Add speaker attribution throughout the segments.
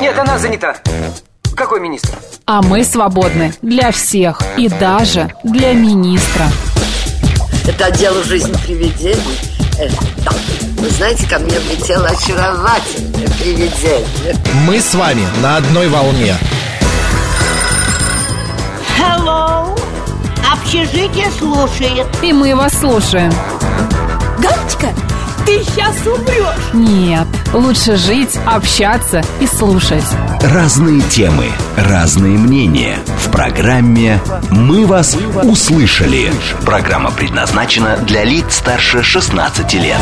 Speaker 1: Нет, она занята. Какой министр?
Speaker 2: А мы свободны для всех и даже для министра.
Speaker 3: Это отдел жизни привидений. Э, да. Вы знаете, ко мне влетело очаровательное привидение.
Speaker 4: Мы с вами на одной волне.
Speaker 5: Hello! Общежитие слушает.
Speaker 2: И мы вас слушаем.
Speaker 6: Галочка, ты сейчас умрешь.
Speaker 2: Нет, лучше жить, общаться и слушать.
Speaker 7: Разные темы, разные мнения. В программе «Мы вас услышали». Программа предназначена для лиц старше 16 лет.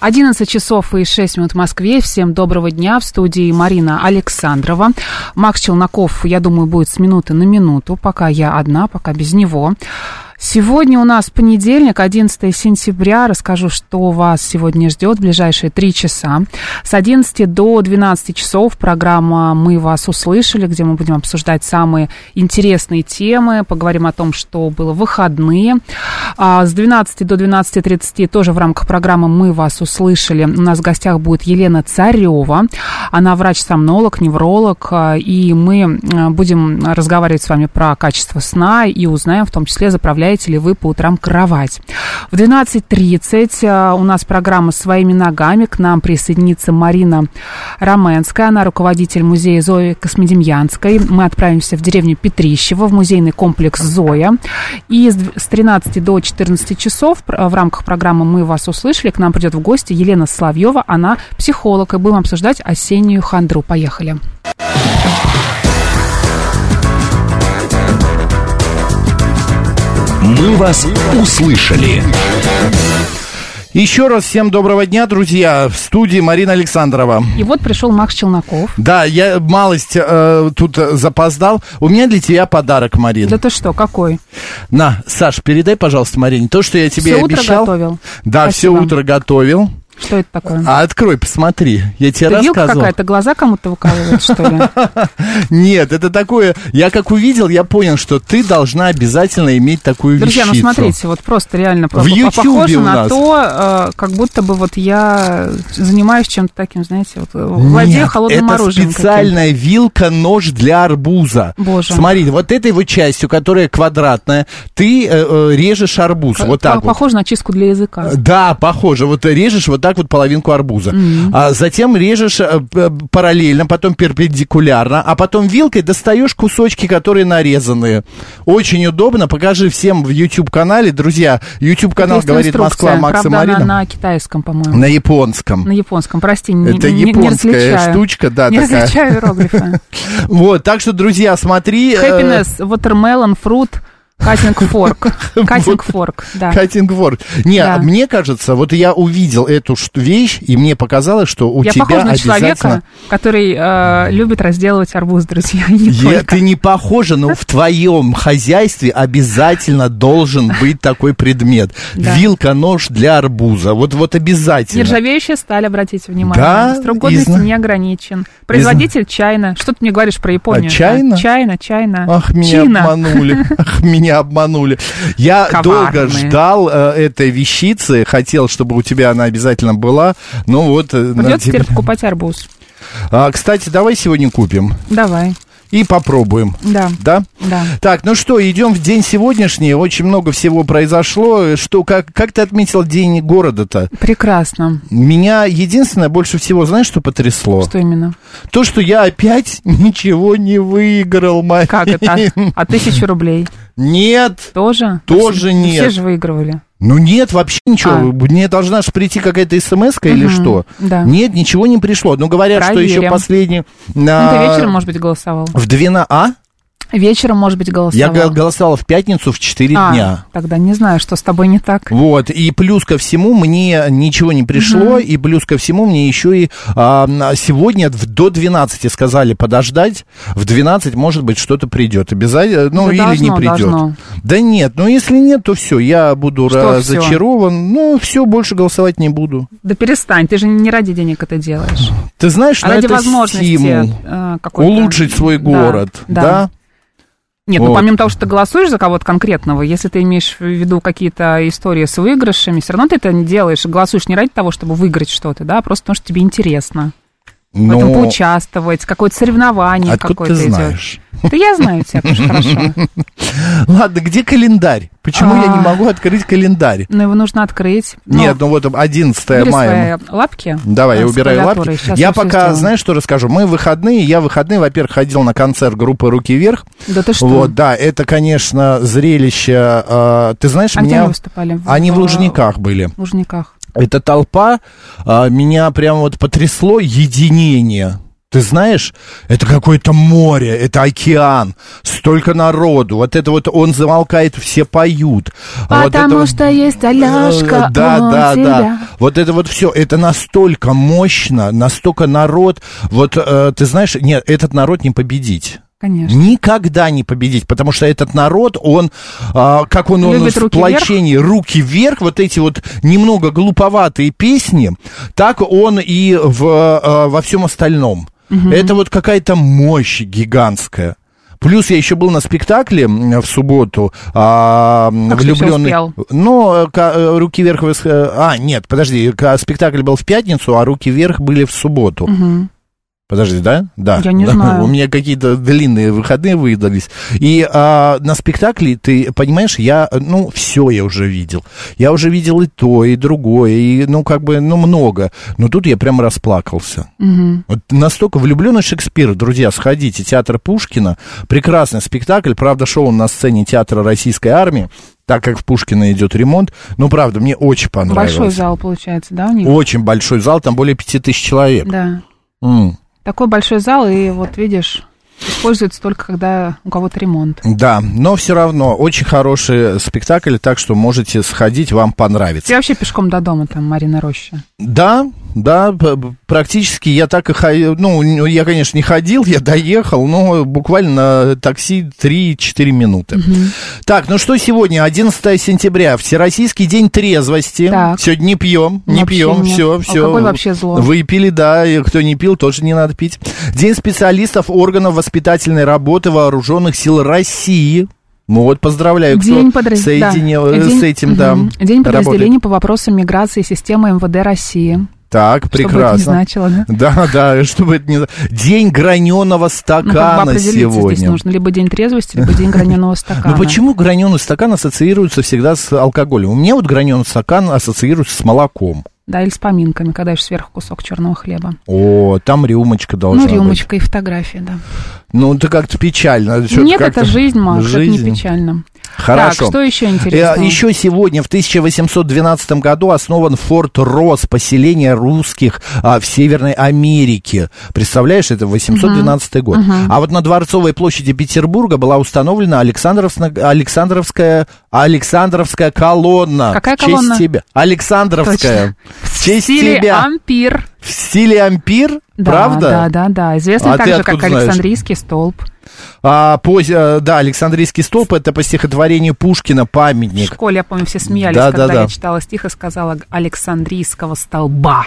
Speaker 2: 11 часов и 6 минут в Москве. Всем доброго дня. В студии Марина Александрова. Макс Челноков, я думаю, будет с минуты на минуту. Пока я одна, пока без него. Сегодня у нас понедельник, 11 сентября. Расскажу, что вас сегодня ждет в ближайшие три часа. С 11 до 12 часов программа «Мы вас услышали», где мы будем обсуждать самые интересные темы, поговорим о том, что было в выходные. А с 12 до 12.30 тоже в рамках программы «Мы вас услышали» у нас в гостях будет Елена Царева. Она врач-сомнолог, невролог, а, и мы а, будем разговаривать с вами про качество сна и узнаем в том числе, заправляем заправляете ли вы по утрам кровать. В 12.30 А, у нас программа «Своими ногами». К нам присоединится Марина Роменская. Она руководитель музея Зои Космодемьянской. Мы отправимся в деревню Петрищево, в музейный комплекс «Зоя». И с 13 до 14 часов в рамках программы «Мы вас услышали» к нам придет в гости Елена Соловьева. Она психолог, и будем обсуждать осеннюю хандру. Поехали.
Speaker 7: Мы вас услышали.
Speaker 4: Еще раз всем доброго дня, друзья. В студии Марина Александрова.
Speaker 2: И вот пришел Макс Челноков.
Speaker 4: Да, я малость э, тут запоздал. У меня для тебя подарок, Марина.
Speaker 2: Да ты что, какой?
Speaker 4: На, Саш, передай, пожалуйста, Марине то, что я тебе
Speaker 2: все
Speaker 4: обещал.
Speaker 2: утро готовил.
Speaker 4: Да,
Speaker 2: Спасибо.
Speaker 4: все утро готовил.
Speaker 2: Что это такое?
Speaker 4: А открой, посмотри. Я тебе
Speaker 2: Ты вилка
Speaker 4: рассказывал.
Speaker 2: какая-то, глаза кому-то выкалывает, что ли?
Speaker 4: Нет, это такое. Я как увидел, я понял, что ты должна обязательно иметь такую
Speaker 2: Друзья, ну
Speaker 4: вещицу.
Speaker 2: смотрите, вот просто реально по-
Speaker 4: В
Speaker 2: по-
Speaker 4: Ютьюбе
Speaker 2: похоже
Speaker 4: у
Speaker 2: на
Speaker 4: нас.
Speaker 2: то, э, как будто бы вот я занимаюсь чем-то таким, знаете, вот владею
Speaker 4: Нет,
Speaker 2: холодным
Speaker 4: это
Speaker 2: оружием. каким-то.
Speaker 4: специальная вилка-нож для арбуза.
Speaker 2: Боже.
Speaker 4: Смотри, вот этой вот частью, которая квадратная, ты э, э, режешь арбуз. вот
Speaker 2: По-
Speaker 4: так вот. Э,
Speaker 2: Похоже на чистку для языка.
Speaker 4: Да, похоже. Вот режешь вот так вот половинку арбуза. А затем режешь э, п- параллельно, потом перпендикулярно, а потом вилкой достаешь кусочки, которые нарезанные. Очень удобно. Покажи всем в YouTube-канале. Друзья, YouTube-канал
Speaker 2: Есть
Speaker 4: говорит
Speaker 2: инструкция,
Speaker 4: Москва Макса
Speaker 2: правда, она
Speaker 4: Марина.
Speaker 2: на китайском, по-моему.
Speaker 4: На японском.
Speaker 2: На японском, прости, не,
Speaker 4: Это
Speaker 2: не- не
Speaker 4: японская
Speaker 2: различаю.
Speaker 4: штучка, да,
Speaker 2: Не
Speaker 4: такая.
Speaker 2: различаю иероглифы.
Speaker 4: Вот, так что, друзья, смотри. э,
Speaker 2: Happiness, watermelon, fruit, cutting fork. Cutting
Speaker 4: Вот.
Speaker 2: fork, да.
Speaker 4: Cutting work. Не,
Speaker 2: Да.
Speaker 4: мне кажется, вот я увидел эту ш- вещь, и мне показалось, что у
Speaker 2: Я
Speaker 4: тебя
Speaker 2: похожа на
Speaker 4: обязательно...
Speaker 2: человека, который э, любит разделывать арбуз, друзья. и не
Speaker 4: Я-
Speaker 2: только.
Speaker 4: ты не похожа, но в твоем хозяйстве обязательно должен быть такой предмет.
Speaker 2: Да.
Speaker 4: Вилка, нож для арбуза. Вот, вот обязательно.
Speaker 2: Нержавеющая сталь, обратите внимание.
Speaker 4: Да,
Speaker 2: Срок годности
Speaker 4: изна-
Speaker 2: не ограничен. Производитель чайна. Что ты мне говоришь про Японию?
Speaker 4: А, чайна?
Speaker 2: Чайна, чайна.
Speaker 4: Ах, меня
Speaker 2: Чина.
Speaker 4: обманули. Ах, меня обманули. Я
Speaker 2: Коварные.
Speaker 4: долго ждал э, этой вещицы, хотел, чтобы у тебя она обязательно была. Ну вот. э, на
Speaker 2: Придется
Speaker 4: тебе-
Speaker 2: теперь покупать арбуз.
Speaker 4: А, кстати, давай сегодня купим
Speaker 2: Давай.
Speaker 4: и попробуем.
Speaker 2: Да,
Speaker 4: Да?
Speaker 2: да.
Speaker 4: Так, ну что, идем в день сегодняшний. Очень много всего произошло. Что, как, как ты отметил день города-то?
Speaker 2: Прекрасно.
Speaker 4: Меня единственное больше всего, знаешь, что потрясло?
Speaker 2: Что именно?
Speaker 4: То, что я опять ничего не выиграл, Марин.
Speaker 2: Как это? А тысячу рублей
Speaker 4: Нет,
Speaker 2: тоже?
Speaker 4: Тоже
Speaker 2: Все-
Speaker 4: нет.
Speaker 2: Все же выигрывали.
Speaker 4: ну нет вообще ничего.
Speaker 2: А.
Speaker 4: Мне должна же прийти какая-то смс или
Speaker 2: Мгм,
Speaker 4: что?
Speaker 2: да.
Speaker 4: Нет, ничего не пришло. Но говорят, что еще
Speaker 2: Проверим.
Speaker 4: последний...
Speaker 2: Ну,
Speaker 4: На...
Speaker 2: ты вечером, может быть, голосовал.
Speaker 4: В 2 на А?
Speaker 2: Вечером, может быть, голосовал.
Speaker 4: Я го- голосовал в пятницу в 4
Speaker 2: а,
Speaker 4: дня.
Speaker 2: Тогда не знаю, что с тобой не так.
Speaker 4: Вот, и плюс ко всему мне ничего не пришло, и плюс ко всему мне еще и а, на- сегодня в- до 12 сказали подождать, в 12, может быть, что-то придет обязательно, ну,
Speaker 2: Да
Speaker 4: или не
Speaker 2: должно,
Speaker 4: придет.
Speaker 2: должно.
Speaker 4: Да нет, ну, если нет, то все, я буду
Speaker 2: Что
Speaker 4: разочарован, ну, все, больше голосовать не буду.
Speaker 2: Да перестань, ты же не ради денег это делаешь.
Speaker 4: Ты знаешь,
Speaker 2: А
Speaker 4: ну,
Speaker 2: ради
Speaker 4: это
Speaker 2: возможности
Speaker 4: стимул
Speaker 2: э, какой-то-
Speaker 4: улучшить свой
Speaker 2: Да,
Speaker 4: город,
Speaker 2: да.
Speaker 4: да?
Speaker 2: Нет, ну
Speaker 4: Вот.
Speaker 2: помимо того, что ты голосуешь за кого-то конкретного, если ты имеешь в виду какие-то истории с выигрышами, все равно ты это не делаешь. Голосуешь не ради того, чтобы выиграть что-то, да, а просто потому, что тебе интересно. в этом
Speaker 4: Ну,
Speaker 2: поучаствовать, какое-то соревнование
Speaker 4: откуда
Speaker 2: какое-то
Speaker 4: А ты
Speaker 2: идет.
Speaker 4: знаешь?
Speaker 2: Да я знаю тебя, Паша, хорошо.
Speaker 4: Ладно, где календарь? Почему я
Speaker 2: А.
Speaker 4: не могу открыть календарь?
Speaker 2: Но его нужно открыть. Ну,
Speaker 4: Нет, ну вот 11
Speaker 2: бери
Speaker 4: мая.
Speaker 2: свои лапки.
Speaker 4: Давай, я
Speaker 2: э, с
Speaker 4: убираю
Speaker 2: клавиатуры,
Speaker 4: лапки.
Speaker 2: щас
Speaker 4: Я
Speaker 2: всё
Speaker 4: пока,
Speaker 2: сделаю.
Speaker 4: знаешь, что расскажу? Мы в выходные, я в выходные, во-первых, ходил на концерт группы «Руки вверх».
Speaker 2: Да ты что?
Speaker 4: Вот, да, это, конечно, зрелище. э, Ты знаешь,
Speaker 2: А где
Speaker 4: меня...
Speaker 2: они выступали? В-
Speaker 4: Они в
Speaker 2: э,
Speaker 4: Лужниках были.
Speaker 2: В Лужниках.
Speaker 4: Эта толпа а, меня прям вот потрясло единение. Ты знаешь, это какое-то море, это океан, столько народу. Вот это вот он замолкает, все поют. А Вот это
Speaker 2: Потому
Speaker 4: вот-
Speaker 2: что есть Аляшка,
Speaker 4: Э, Да, да,
Speaker 2: он
Speaker 4: да.
Speaker 2: тебя.
Speaker 4: Вот это вот все, это настолько мощно, настолько народ. Вот э, ты знаешь, нет, этот народ не победить.
Speaker 2: Конечно.
Speaker 4: Никогда не победить, потому что этот народ, он, а, как он, он
Speaker 2: Любит руки
Speaker 4: сплочение, руки вверх, вот эти вот немного глуповатые песни, так он и в, а, во всем остальном. Это вот какая-то мощь гигантская. Плюс я еще был на спектакле м, в субботу, а, м,
Speaker 2: Как же ты
Speaker 4: влюбленный.
Speaker 2: успел?
Speaker 4: Ну, э, ка- э, руки вверх. вы с- э, А, нет, подожди, ка- спектакль был в пятницу, а руки вверх были в субботу. Подожди, да? Да.
Speaker 2: Я не знаю.
Speaker 4: У меня какие-то длинные выходные выдались. И а, на спектакле, ты понимаешь, я, ну, все я уже видел. Я уже видел и то, и другое, и, ну, как бы, ну, много. Но тут я прям расплакался. Вот настолько влюбленный Шекспир, друзья, сходите. Театр Пушкина. Прекрасный спектакль. Правда, шел он на сцене Театра Российской Армии, так как в Пушкина идет ремонт. Ну, правда, мне очень понравилось.
Speaker 2: Большой зал получается, да, у них?
Speaker 4: Очень большой зал, там более пяти тысяч человек.
Speaker 2: Да.
Speaker 4: М.
Speaker 2: Такой большой зал, и вот видишь, используется только когда у кого-то ремонт.
Speaker 4: Да, но все равно очень хороший спектакль, так что можете сходить, вам понравится.
Speaker 2: Я вообще пешком до дома, там, Марина Роща.
Speaker 4: Да, да, п- п- практически я так и ходил, ну, н- я, конечно, не ходил, я доехал, но буквально на такси 3-4 минуты. Так, ну что сегодня, 11 сентября, Всероссийский день трезвости.
Speaker 2: Так.
Speaker 4: Сегодня не пьем, не
Speaker 2: Вообще
Speaker 4: пьем,
Speaker 2: нет.
Speaker 4: все, все.
Speaker 2: Алкоголь вообще зло.
Speaker 4: Выпили, да, и кто не пил, тоже не надо пить. День специалистов органов воспитательной работы вооруженных сил России. Ну вот, поздравляю,
Speaker 2: День
Speaker 4: кто
Speaker 2: подраз- да.
Speaker 4: соединил- э,
Speaker 2: День-
Speaker 4: с этим, да,
Speaker 2: Мгм. День
Speaker 4: работает.
Speaker 2: подразделений по вопросам миграции системы МВД России.
Speaker 4: Так,
Speaker 2: Что бы это ни
Speaker 4: прекрасно.
Speaker 2: значило, да?
Speaker 4: Да, да, чтобы это не... за- День граненого
Speaker 2: Ну, как бы
Speaker 4: стакана
Speaker 2: определиться здесь
Speaker 4: сегодня.
Speaker 2: нужно. Либо день трезвости, либо день граненого стакана.
Speaker 4: Ну почему граненый стакан ассоциируется всегда с алкоголем? У меня вот граненый стакан ассоциируется с молоком.
Speaker 2: Да, или с поминками, когда ешь сверху кусок черного хлеба.
Speaker 4: О, там рюмочка должна
Speaker 2: ну,
Speaker 4: быть.
Speaker 2: рюмочка и фотография, да.
Speaker 4: Ну, это как-то печально. Чё-то
Speaker 2: Нет,
Speaker 4: как-то-
Speaker 2: это жизнь, Макс, это
Speaker 4: Жизнь.
Speaker 2: не печально.
Speaker 4: Хорошо.
Speaker 2: Так, что еще
Speaker 4: Э,
Speaker 2: интересно?
Speaker 4: Еще сегодня, в 1812 году, основан форт Рос, поселение русских а, в Северной Америке. Представляешь, это 812 год. А вот на Дворцовой площади Петербурга была установлена Александровсна- Александровская, Александровская колонна.
Speaker 2: Какая
Speaker 4: в честь
Speaker 2: колонна?
Speaker 4: тебя. Александровская. В честь
Speaker 2: Стиле
Speaker 4: тебя.
Speaker 2: ампир.
Speaker 4: В стиле ампир,
Speaker 2: Да,
Speaker 4: правда?
Speaker 2: Да, да, да. Известный
Speaker 4: А ты
Speaker 2: также
Speaker 4: откуда
Speaker 2: как
Speaker 4: знаешь?
Speaker 2: Александрийский столб.
Speaker 4: А, поз- э, да, Александрийский столб, это по стихотворению Пушкина
Speaker 2: В
Speaker 4: памятник.
Speaker 2: школе, я помню, все смеялись,
Speaker 4: Да, да,
Speaker 2: когда
Speaker 4: да.
Speaker 2: я читала стих и сказала «Александрийского столба».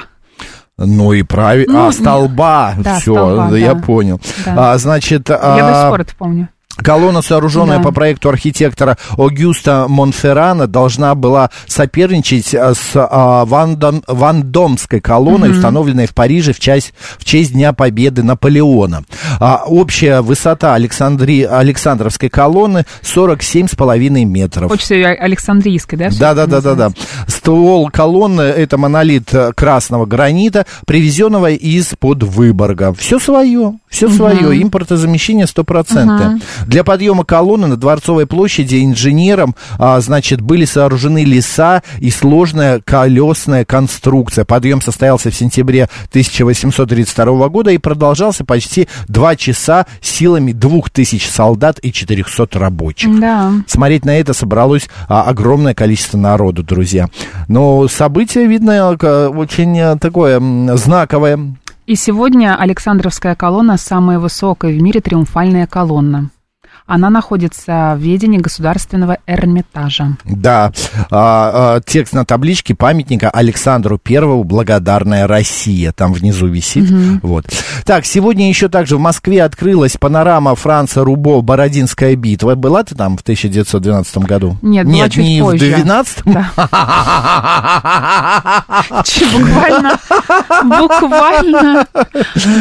Speaker 4: Ну и правильно.
Speaker 2: Ну,
Speaker 4: а, столба.
Speaker 2: да,
Speaker 4: Все,
Speaker 2: столба,
Speaker 4: я
Speaker 2: да.
Speaker 4: понял.
Speaker 2: Да.
Speaker 4: А, значит,
Speaker 2: Я до
Speaker 4: а,
Speaker 2: сих пор это помню.
Speaker 4: колонна, сооруженная
Speaker 2: Да.
Speaker 4: по проекту архитектора Огюста Монферрана, должна была соперничать а, с а, Вандом- Вандомской колонной, установленной в Париже в, часть, в честь Дня Победы Наполеона. А, общая высота Александри, Александровской колонны 47,5 метров.
Speaker 2: Хочется ее Александрийской, да? всё
Speaker 4: Да, да,
Speaker 2: это
Speaker 4: да, да, да.
Speaker 2: называется?
Speaker 4: Ствол колонны это монолит э, красного гранита, привезенного из-под Выборга. Все свое, все свое. Импортозамещение 100%. Для подъема колонны на Дворцовой площади инженерам, а, значит, были сооружены леса и сложная колесная конструкция. Подъем состоялся в сентябре 1832 года и продолжался почти два часа силами 2000 солдат и 400 рабочих.
Speaker 2: Да.
Speaker 4: Смотреть на это собралось а, огромное количество народу, друзья. Но событие, видно, к- очень э, такое м, знаковое.
Speaker 2: И сегодня Александровская колонна самая высокая в мире триумфальная колонна. Она находится в ведении Государственного Эрмитажа.
Speaker 4: Да, А, а, текст на табличке памятника Александру Первому «Благодарная Россия». Там внизу висит. Вот. Так, сегодня еще также в Москве открылась панорама Франца Рубо «Бородинская битва». Была ты там в 1912 году?
Speaker 2: Нет, была
Speaker 4: Нет
Speaker 2: чуть
Speaker 4: не
Speaker 2: позже.
Speaker 4: в 19
Speaker 2: Чи- Буквально, буквально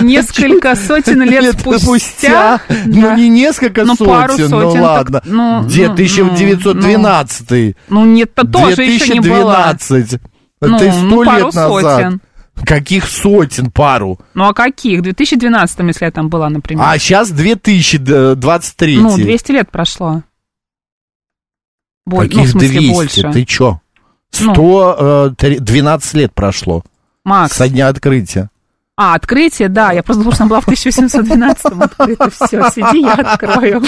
Speaker 2: несколько сотен лет
Speaker 4: Лет
Speaker 2: спустя.
Speaker 4: Ну,
Speaker 2: Да.
Speaker 4: не несколько
Speaker 2: Ну,
Speaker 4: сотен,
Speaker 2: пару
Speaker 4: ну
Speaker 2: сотен, так,
Speaker 4: ладно.
Speaker 2: ну,
Speaker 4: Где
Speaker 2: ну,
Speaker 4: 1912
Speaker 2: Ну, нет, то тоже еще не было.
Speaker 4: 2012.
Speaker 2: Ну,
Speaker 4: Это
Speaker 2: ну,
Speaker 4: сто
Speaker 2: пару
Speaker 4: лет назад.
Speaker 2: сотен.
Speaker 4: Каких сотен пару?
Speaker 2: Ну, а каких? В 2012, если я там была, например.
Speaker 4: А сейчас 2023.
Speaker 2: ну, 200 лет прошло. Боль- ну, в
Speaker 4: Каких
Speaker 2: смысле,
Speaker 4: 200?
Speaker 2: больше.
Speaker 4: Ты чё?
Speaker 2: Ну. А,
Speaker 4: 112 лет прошло
Speaker 2: Макс.
Speaker 4: со дня открытия.
Speaker 2: А, открытие, да. Я просто думала, что она была в 1812-м открыта. Все, сиди, я открою.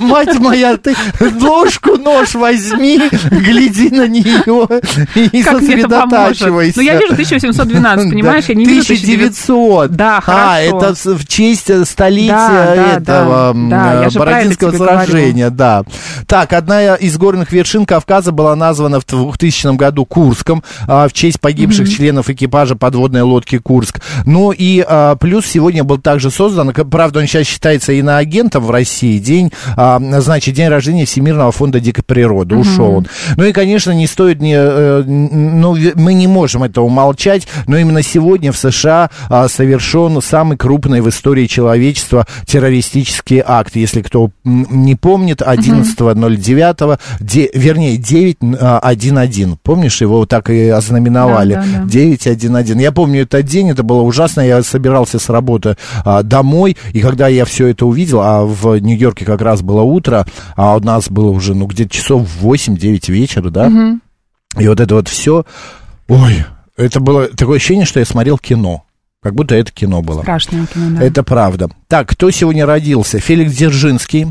Speaker 4: Мать моя, ты ложку, нож возьми, гляди на нее и
Speaker 2: Как мне это поможет?
Speaker 4: сосредотачивайся.
Speaker 2: Ну, я вижу 1812, понимаешь? Я не вижу
Speaker 4: 1900.
Speaker 2: 1900. Да, хорошо.
Speaker 4: А, это в- в честь э, столетия
Speaker 2: Да, да,
Speaker 4: этого
Speaker 2: да.
Speaker 4: м,
Speaker 2: Да, я
Speaker 4: э,
Speaker 2: же
Speaker 4: Бородинского
Speaker 2: правильно тебе
Speaker 4: сражения, да. Так, одна из горных вершин Кавказа была названа в 2000 году Курском а, в честь погибших членов экипажа подводной лодки Курск. Ну и а, плюс сегодня был также создан, к- правда, он сейчас считается иноагентом в России, день, а, значит, день рождения Всемирного фонда дикой природы, ушел он. Ну и, конечно, не стоит, не, э, н- ну, ви- мы не можем это умолчать, но именно сегодня в США а, совершен самый крупный в истории человечества террористический акт. Если кто м, не помнит, 11.09, де- вернее, 9.11. Помнишь, его так и ознаменовали?
Speaker 2: Да, да, да.
Speaker 4: 9.1.1. Я помню этот день, это было ужасно. Я собирался с работы а, домой, и когда я все это увидел, а в Нью-Йорке как раз было утро, а у нас было уже, ну, где-то часов 8-9 вечера, да? И вот это вот все, ой, это было такое ощущение, что я смотрел кино. Как будто это кино было.
Speaker 2: Страшное кино, да.
Speaker 4: Это правда. Так, кто сегодня родился? Феликс Дзержинский.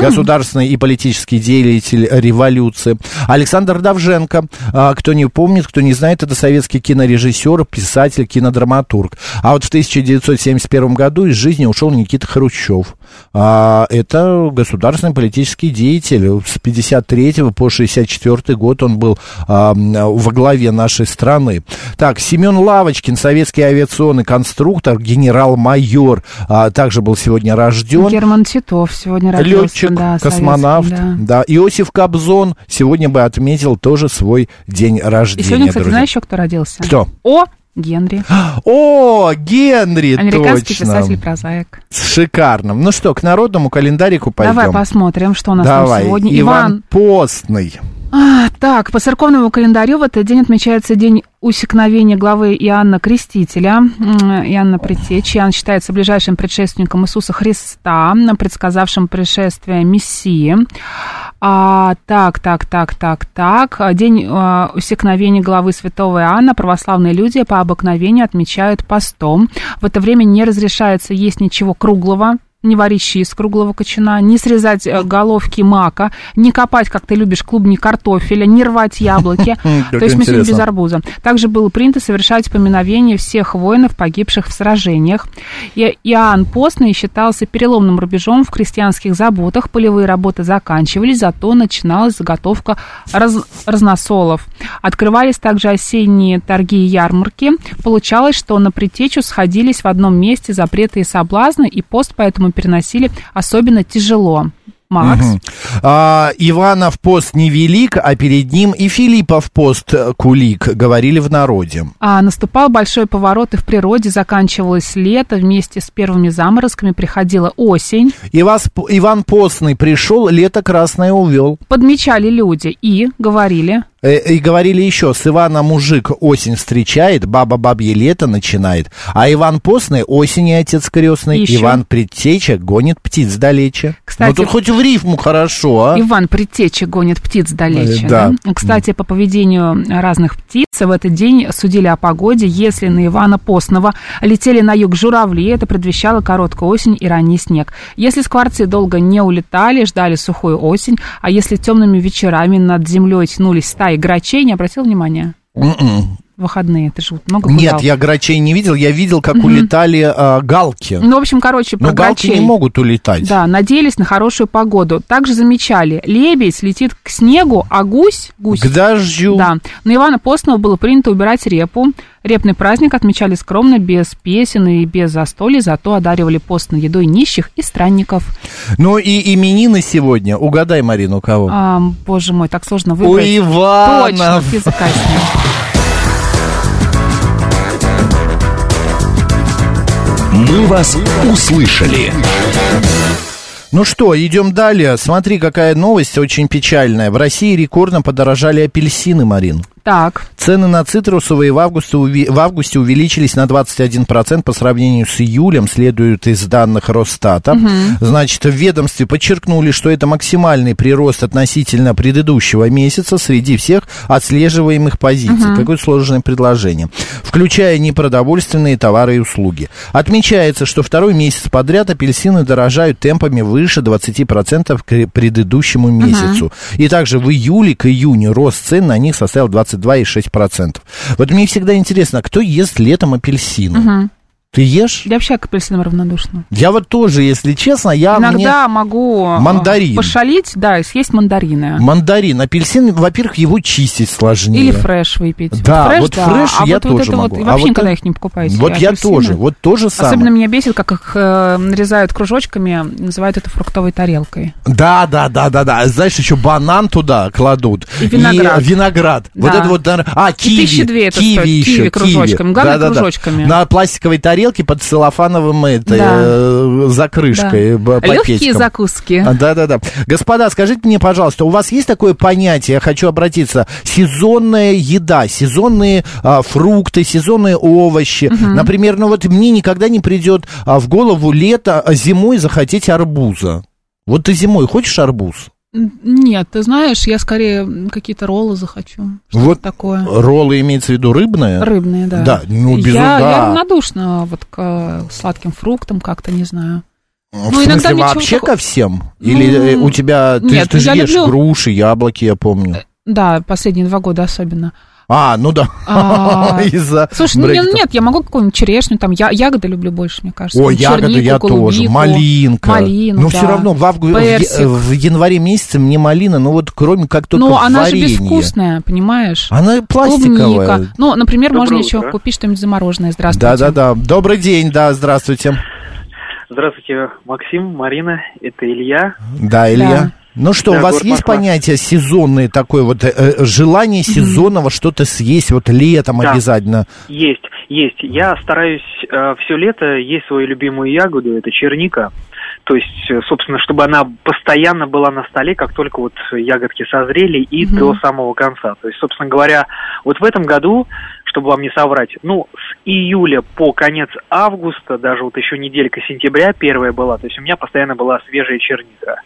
Speaker 4: Государственный и политический деятель революции. Александр Давженко. А, Кто не помнит, кто не знает, это советский кинорежиссер, писатель, кинодраматург. А вот в 1971 году из жизни ушел Никита Хрущев. А, Это государственный политический деятель. С 53 по 64 год он был а, м, во главе нашей страны. Так, Семен Лавочкин, советский авиационный конструктор, генерал-майор, а, также был сегодня рожден.
Speaker 2: Герман Титов сегодня родился.
Speaker 4: Летчик,
Speaker 2: да, советский,
Speaker 4: космонавт,
Speaker 2: да.
Speaker 4: да. Иосиф Кобзон сегодня бы отметил тоже свой день
Speaker 2: И
Speaker 4: рождения,
Speaker 2: сегодня, кстати,
Speaker 4: друзья.
Speaker 2: знаешь еще кто родился?
Speaker 4: Кто?
Speaker 2: О, Генри.
Speaker 4: О, Генри,
Speaker 2: Американский
Speaker 4: точно.
Speaker 2: писатель прозаик.
Speaker 4: Шикарно. Ну что, к народному календарику пойдем.
Speaker 2: Давай посмотрим, что у нас
Speaker 4: Давай.
Speaker 2: там
Speaker 4: Иван
Speaker 2: сегодня. Иван.
Speaker 4: Постный.
Speaker 2: А, так, по церковному календарю в этот день отмечается день усекновения главы Иоанна Крестителя, м, Иоанна Предтечи. Иоанн считается ближайшим предшественником Иисуса Христа, м, предсказавшим пришествие Мессии. А, так, так, так, так, так. А, День а, усекновения главы святого Иоанна православные люди по обыкновению отмечают постом. В это время не разрешается есть ничего круглого, не варить щи из круглого кочана, не срезать э, головки мака, не копать, как ты любишь, клубни картофеля, не рвать яблоки.
Speaker 4: Как
Speaker 2: То есть мы сегодня без
Speaker 4: интересно.
Speaker 2: арбуза. Также было принято совершать поминовение всех воинов, погибших в сражениях. И Иоанн Постный считался переломным рубежом в крестьянских заботах. Полевые работы заканчивались, зато начиналась заготовка раз- разносолов. Открывались также осенние торги и ярмарки. Получалось, что на притечу сходились в одном месте запреты и соблазны, и пост поэтому переносили особенно тяжело. Макс,
Speaker 4: А, Иванов пост невелик, а перед ним и Филиппов пост э, кулик, говорили в народе.
Speaker 2: А, наступал большой поворот, и в природе заканчивалось лето, вместе с первыми заморозками приходила осень.
Speaker 4: И вас, Иван Постный пришел, лето красное увел.
Speaker 2: Подмечали люди и говорили,
Speaker 4: Э, И говорили еще, с Ивана мужик осень встречает, баба бабье лето начинает, а Иван постный осени отец крестный,
Speaker 2: Еще.
Speaker 4: Иван предтеча гонит птиц далече.
Speaker 2: Кстати-
Speaker 4: ну тут хоть в рифму хорошо, а?
Speaker 2: Иван предтечи гонит птиц далече.
Speaker 4: Э, да.
Speaker 2: Кстати, по поведению разных птиц в этот день судили о погоде. Если на Ивана Постного летели на юг журавли, это предвещало короткую осень и ранний снег. Если скворцы долго не улетали, ждали сухую осень, а если темными вечерами над землей тянулись стаи грачей, не обратил внимания?
Speaker 4: М-м.
Speaker 2: выходные? Ты же вот много гулял.
Speaker 4: Нет, я грачей не видел, я видел, как улетали а, галки.
Speaker 2: Ну, в общем, короче, про
Speaker 4: Но галки
Speaker 2: грачей.
Speaker 4: не могут улетать.
Speaker 2: Да, надеялись на хорошую погоду. Также замечали, лебедь летит к снегу, а гусь... гусь
Speaker 4: К дождю.
Speaker 2: Да. На Ивана Постного было принято убирать репу. Репный праздник отмечали скромно, без песен и без застолий, зато одаривали постной едой нищих и странников.
Speaker 4: Ну и именины сегодня. Угадай, Марина, у кого?
Speaker 2: А, боже мой, так сложно
Speaker 4: у
Speaker 2: выбрать. Точно,
Speaker 4: Ивана.
Speaker 2: ты закаснил.
Speaker 7: «Мы вас услышали».
Speaker 4: Ну что, идем далее. Смотри, какая новость очень печальная. В России рекордно подорожали апельсины, Марин.
Speaker 2: Так,
Speaker 4: Цены на цитрусовые в августе, уве- в августе увеличились на 21% по сравнению с июлем, следует из данных Росстата. Значит, в ведомстве подчеркнули, что это максимальный прирост относительно предыдущего месяца среди всех отслеживаемых позиций. Какое сложное предложение. Включая непродовольственные товары и услуги. Отмечается, что второй месяц подряд апельсины дорожают темпами выше 20% к предыдущему месяцу. И также в июле к июню рост цен на них составил 22,6%. Вот мне всегда интересно, кто ест летом апельсины? Ты ешь?
Speaker 2: я вообще к апельсинам равнодушна.
Speaker 4: Я вот тоже, если честно, я А мне...
Speaker 2: Иногда могу э,
Speaker 4: Мандарин.
Speaker 2: пошалить, да, и съесть мандарины.
Speaker 4: Мандарин, апельсин, во-первых, его чистить сложнее.
Speaker 2: Или фреш выпить.
Speaker 4: Да,
Speaker 2: фреш,
Speaker 4: вот фреш
Speaker 2: а
Speaker 4: я
Speaker 2: вот, вот
Speaker 4: тоже
Speaker 2: это
Speaker 4: могу.
Speaker 2: вот, и
Speaker 4: А
Speaker 2: вообще
Speaker 4: вот
Speaker 2: никогда
Speaker 4: это-
Speaker 2: их не покупаю. эти
Speaker 4: Вот я
Speaker 2: апельсины.
Speaker 4: тоже, вот то же самое.
Speaker 2: Особенно меня бесит, как их э, нарезают кружочками, называют это фруктовой тарелкой.
Speaker 4: Да, да, да, да, да. Знаешь, еще банан туда кладут.
Speaker 2: И виноград.
Speaker 4: И виноград. Вот
Speaker 2: Да.
Speaker 4: это вот, наверно- а, киви.
Speaker 2: тысячи две это
Speaker 4: киви
Speaker 2: стоит.
Speaker 4: еще,
Speaker 2: Киви кружочком. Главное,
Speaker 4: Да-да-да.
Speaker 2: кружочками.
Speaker 4: На пластиковой тарелке под целлофановым этой,
Speaker 2: Да.
Speaker 4: э, закрышкой, б-
Speaker 2: Легкие
Speaker 4: пакетиком.
Speaker 2: закуски.
Speaker 4: А, Да-да-да. Господа, скажите мне, пожалуйста, у вас есть такое понятие, я хочу обратиться, сезонная еда, сезонные а, фрукты, сезонные овощи? Например, ну вот мне никогда не придет а, в голову лето, а, зимой захотеть арбуза. Вот ты зимой хочешь арбуз?
Speaker 2: М, Нет, ты знаешь, я скорее м, какие-то роллы захочу. Что
Speaker 4: Вот
Speaker 2: такое?
Speaker 4: Роллы имеется в виду рыбные?
Speaker 2: Рыбные, да.
Speaker 4: Да, ну, без
Speaker 2: я,
Speaker 4: угла.
Speaker 2: я равнодушна вот к э, сладким фруктам как-то, не знаю.
Speaker 4: В
Speaker 2: Ну, иногда
Speaker 4: смысле,
Speaker 2: мне
Speaker 4: вообще
Speaker 2: чего-то- Ну,
Speaker 4: ко всем? Или э, у тебя... Ты,
Speaker 2: нет, ну,
Speaker 4: ты же
Speaker 2: я
Speaker 4: ешь
Speaker 2: люблю- Э,
Speaker 4: груши, яблоки, я помню.
Speaker 2: Да, последние два года особенно.
Speaker 4: А, ну да.
Speaker 2: А,
Speaker 4: Из-за
Speaker 2: Слушай, ну,
Speaker 4: брекета.
Speaker 2: не- нет, я могу какую-нибудь черешню, там я, ягоды люблю больше, мне кажется.
Speaker 4: О,
Speaker 2: Там
Speaker 4: ягоды
Speaker 2: чернику,
Speaker 4: я тоже.
Speaker 2: голубику,
Speaker 4: Малинка.
Speaker 2: Малину,
Speaker 4: Но
Speaker 2: да.
Speaker 4: все равно э, в, авгу- в я-
Speaker 2: Персик.
Speaker 4: в январе месяце мне малина, ну вот кроме как только
Speaker 2: Но
Speaker 4: в
Speaker 2: она
Speaker 4: варенье.
Speaker 2: же безвкусная, понимаешь?
Speaker 4: Она пластиковая.
Speaker 2: Клубника. Ну, например, можно еще купить что-нибудь замороженное. Здравствуйте.
Speaker 4: Да-да-да. Добрый день, да, здравствуйте.
Speaker 8: Здравствуйте, Максим, Марина, это Илья.
Speaker 4: Да, Илья.
Speaker 2: Да.
Speaker 4: Ну что,
Speaker 8: Да,
Speaker 4: у вас
Speaker 8: город
Speaker 4: есть
Speaker 8: Москва.
Speaker 4: понятие сезонное такое вот э, э, желание сезонного что-то съесть вот летом
Speaker 8: Да.
Speaker 4: обязательно?
Speaker 8: Есть, есть. Я стараюсь все лето есть свою любимую ягоду, это черника. То есть, э, собственно, чтобы она постоянно была на столе, как только вот ягодки созрели и
Speaker 2: Мгм.
Speaker 8: до самого конца. То есть, собственно говоря, вот в этом году, чтобы вам не соврать, ну, с июля по конец августа, даже вот еще неделька сентября первая была, то есть у меня постоянно была свежая черника.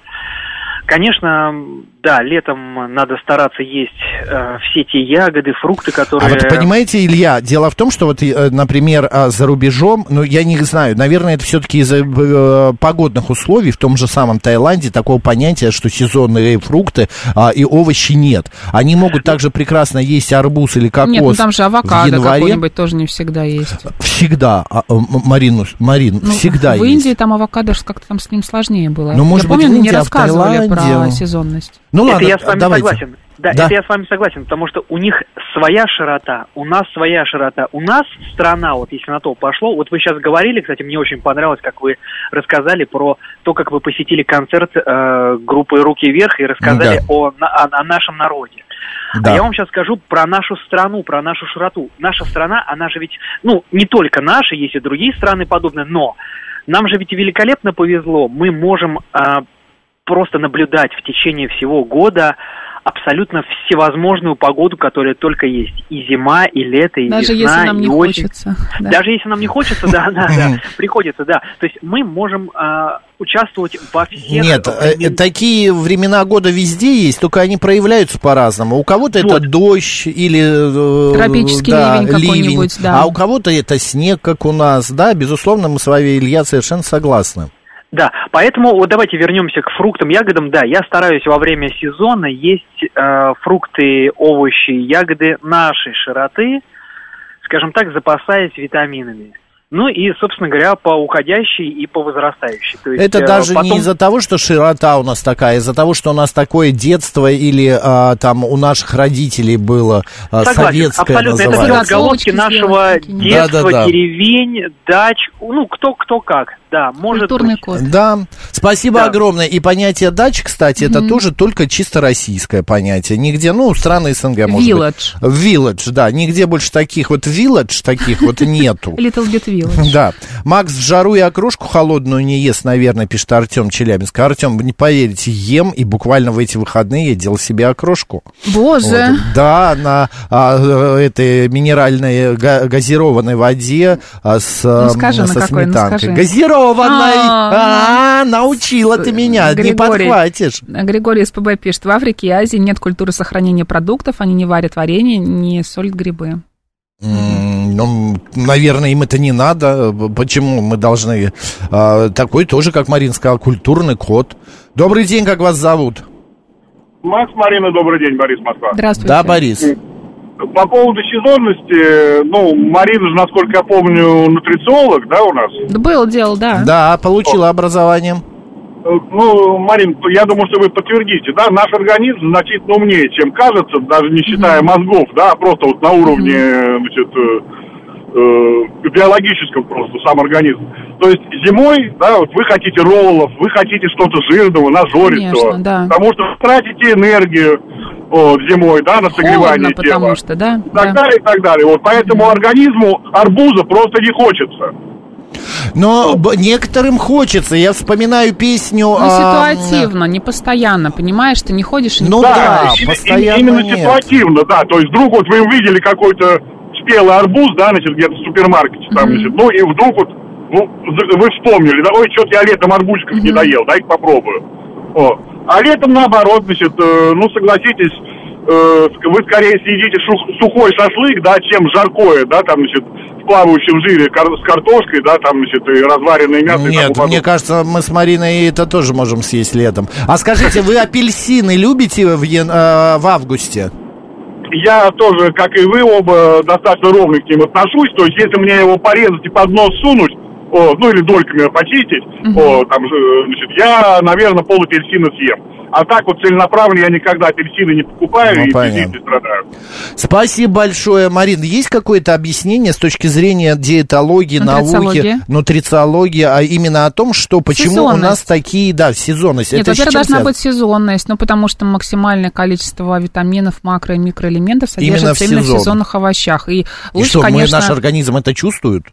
Speaker 8: Конечно, м, да, летом надо стараться есть э, все те ягоды, фрукты, которые...
Speaker 4: А вот понимаете, Илья, дело в том, что вот, э, например, а, за рубежом, ну, я не знаю, наверное, это все-таки из-за э, погодных условий, в том же самом Таиланде такого понятия, что сезонные фрукты а, и овощи нет. Они могут также прекрасно есть арбуз или кокос
Speaker 2: Нет, ну там же
Speaker 4: в
Speaker 2: авокадо
Speaker 4: январе.
Speaker 2: какой-нибудь тоже не всегда есть.
Speaker 4: Всегда, а, э, М- Марину, Марин,
Speaker 2: Ну,
Speaker 4: всегда
Speaker 2: В
Speaker 4: есть.
Speaker 2: Индии там авокадо ж как-то там с ним сложнее было.
Speaker 4: Ну, может
Speaker 2: я
Speaker 4: быть,
Speaker 2: помню,
Speaker 4: в
Speaker 2: мне
Speaker 4: Индии, а в
Speaker 2: рассказывали про
Speaker 4: Таиланде-
Speaker 2: сезонность.
Speaker 4: Ну
Speaker 8: это
Speaker 4: ладно,
Speaker 8: я с вами
Speaker 4: давайте.
Speaker 8: согласен. Да,
Speaker 4: Да.
Speaker 8: это я с вами согласен, потому что у них своя широта, у нас своя широта. У нас страна, вот если на то пошло, вот вы сейчас говорили, кстати, мне очень понравилось, как вы рассказали про то, как вы посетили концерт э, группы «Руки вверх» и рассказали
Speaker 4: Ну Да.
Speaker 8: о, на- о- о нашем народе.
Speaker 4: Да.
Speaker 8: А я вам сейчас скажу про нашу страну, про нашу широту. Наша страна, она же ведь, ну, не только наша, есть и другие страны подобные, но нам же ведь великолепно повезло. Мы можем а, просто наблюдать в течение всего года абсолютно всевозможную погоду, которая только есть. И зима, и лето, и
Speaker 2: Даже
Speaker 8: весна,
Speaker 2: если нам не
Speaker 8: и осень.
Speaker 2: хочется. да.
Speaker 8: Даже если нам не хочется, да, да, да, приходится, да. То есть мы можем а, участвовать во всех...
Speaker 4: Нет, э, э,
Speaker 8: времен-
Speaker 4: такие времена года везде есть, только они проявляются по-разному. У кого-то это
Speaker 8: Вот.
Speaker 4: дождь или... э,
Speaker 2: Тропический ливень какой-нибудь, да.
Speaker 4: А у кого-то это снег, как у нас, да, безусловно, мы с вами, Илья, совершенно согласны.
Speaker 8: Да, поэтому вот давайте вернемся к фруктам, ягодам. Да, я стараюсь во время сезона есть э, фрукты, овощи, ягоды нашей широты. скажем так, запасаясь витаминами. Ну и, собственно говоря, по уходящей и по возрастающей. То есть,
Speaker 4: Это
Speaker 8: э,
Speaker 4: даже не
Speaker 8: потом-
Speaker 4: из-за того, что широта у нас такая, а из-за того, что у нас такое детство или а, там у наших родителей было а,
Speaker 8: Согласен,
Speaker 4: советское
Speaker 8: абсолютно. Это все
Speaker 4: называется.
Speaker 8: отголоски
Speaker 2: Отсылочки
Speaker 8: нашего
Speaker 2: сделать какие-нибудь.
Speaker 8: детства,
Speaker 4: Да-да-да.
Speaker 8: деревень, дач, ну, кто, кто как, да, может
Speaker 2: Культурный
Speaker 8: быть.
Speaker 2: код.
Speaker 4: Да, спасибо
Speaker 8: Да.
Speaker 4: огромное. И понятие дач, кстати, это тоже только чисто российское понятие. Нигде, ну, страны СНГ, может
Speaker 2: Village.
Speaker 4: быть. Вилледж, да. Нигде больше таких вот вилледж, таких вот нету.
Speaker 2: Little Bit Village.
Speaker 4: Да. Макс в жару и окрошку холодную не ест, наверное, пишет Артем Челябинск. Артем, не поверите, ем, и буквально в эти выходные я делал себе окрошку.
Speaker 2: Боже.
Speaker 4: Вот. Да, на а, э, этой минеральной га- газированной воде а, с,
Speaker 2: Ну, скажи,
Speaker 4: м,
Speaker 2: на
Speaker 4: со
Speaker 2: какой, ну,
Speaker 4: сметанкой.
Speaker 2: скажи.
Speaker 4: Газированной!
Speaker 2: А. э,
Speaker 4: А, научила ты меня, не
Speaker 2: Григорий.
Speaker 4: подхватишь.
Speaker 2: Григорий СПБ пишет, в Африке и Азии нет культуры сохранения продуктов, они не варят варенье, не солят грибы.
Speaker 4: М, Ну, наверное, им это не надо. Почему мы должны... а, такой тоже, как Марин сказал, культурный код. Добрый день, как вас зовут?
Speaker 9: Макс, Марина, добрый день, Борис Москва.
Speaker 2: Здравствуйте.
Speaker 4: Да, Борис.
Speaker 9: По поводу сезонности, ну, Марина же, насколько я помню, нутрициолог, да, у нас?
Speaker 2: Да, Было дело, да.
Speaker 4: Да, получила образование.
Speaker 9: Э, Ну, Марин, я думаю, что вы подтвердите, да, наш организм значительно умнее, чем кажется, даже не считая мозгов, да, а просто вот на уровне, э, значит, э, э, биологическом просто сам организм. То есть зимой, да, вот вы хотите роллов, вы хотите что-то жирного, нажористого,
Speaker 2: Конечно, да.
Speaker 9: потому что вы тратите энергию вот, зимой, да, на
Speaker 2: Холодно,
Speaker 9: согревание тела.
Speaker 2: потому что, да.
Speaker 9: и так
Speaker 2: да.
Speaker 9: далее, и так далее. Вот поэтому организму арбуза просто не хочется.
Speaker 4: Но б- некоторым хочется. Я вспоминаю песню...
Speaker 2: Ну,
Speaker 4: а, м,
Speaker 2: ситуативно, не постоянно, понимаешь, ты не ходишь и не
Speaker 4: Ну
Speaker 2: ходишь.
Speaker 4: да,
Speaker 9: и- и-
Speaker 4: постоянно
Speaker 9: именно
Speaker 4: нет.
Speaker 9: ситуативно, да. То есть вдруг вот вы увидели какой-то спелый арбуз, да, значит, где-то в супермаркете, там, значит, ну и вдруг вот ну, за- вы вспомнили, да, ой, что-то я летом арбузиков не доел, дай их попробую. О. А летом наоборот, значит, э, ну согласитесь, э, ск- вы скорее съедите шу- сухой шашлык, да, чем жаркое, да, там, значит, в плавающем жире кар- с картошкой, да, там, значит, и разваренное мясо. и тому
Speaker 4: Нет,
Speaker 9: подобное.
Speaker 4: мне кажется, мы с Мариной это тоже можем съесть летом. А скажите, вы апельсины любите в, ян- э, в августе?
Speaker 9: я тоже, как и вы, оба достаточно ровно к ним отношусь. То есть, если мне его порезать и под нос сунуть, о, ну или дольками почистить, о, там, же, значит, я, наверное, пол апельсина съем. А так вот целенаправленно я никогда апельсины не покупаю
Speaker 4: Ну,
Speaker 9: и
Speaker 4: понятно.
Speaker 9: физически страдаю.
Speaker 4: Спасибо большое, Марин. Есть какое-то объяснение с точки зрения диетологии, науки,
Speaker 2: Нутрициологии.
Speaker 4: нутрициологии, а именно о том, что почему у нас
Speaker 2: Сезонность.
Speaker 4: такие, да, сезонность.
Speaker 2: Нет,
Speaker 4: Это с
Speaker 2: во-первых,
Speaker 4: чем
Speaker 2: должна
Speaker 4: связано?
Speaker 2: быть сезонность, ну, потому что максимальное количество витаминов, макро- и микроэлементов
Speaker 4: Именно
Speaker 2: содержится
Speaker 4: в
Speaker 2: именно в,
Speaker 4: сезон.
Speaker 2: сезонных овощах. И
Speaker 4: И
Speaker 2: лучше,
Speaker 4: что, мы-
Speaker 2: конечно,
Speaker 4: наш организм это чувствует?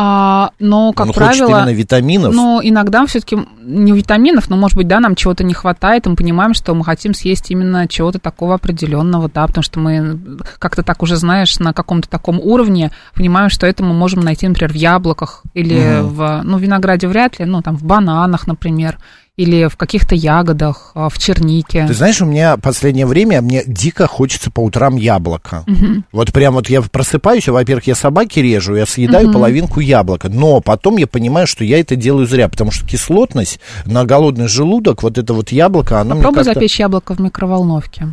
Speaker 2: а, но, как
Speaker 4: Он хочет
Speaker 2: правило,
Speaker 4: именно витаминов.
Speaker 2: Но Ну, иногда все-таки не витаминов, но, может быть, да, нам чего-то не хватает, и мы понимаем, что мы хотим съесть именно чего-то такого определенного, да, потому что мы как-то так уже, знаешь, на каком-то таком уровне понимаем, что это мы можем найти, например, в яблоках или в, ну, в винограде вряд ли, ну, там, в бананах, например, или в каких-то ягодах, а, в чернике.
Speaker 4: Ты знаешь, у меня последнее время мне дико хочется по утрам яблока. Вот прям вот я просыпаюсь, и, во-первых, я собаки режу, я съедаю половинку яблока. Но потом я понимаю, что я это делаю зря, потому что кислотность на голодный желудок, вот это вот яблоко, оно мне
Speaker 2: Попробуй
Speaker 4: ну, как-то...
Speaker 2: запечь яблоко в микроволновке.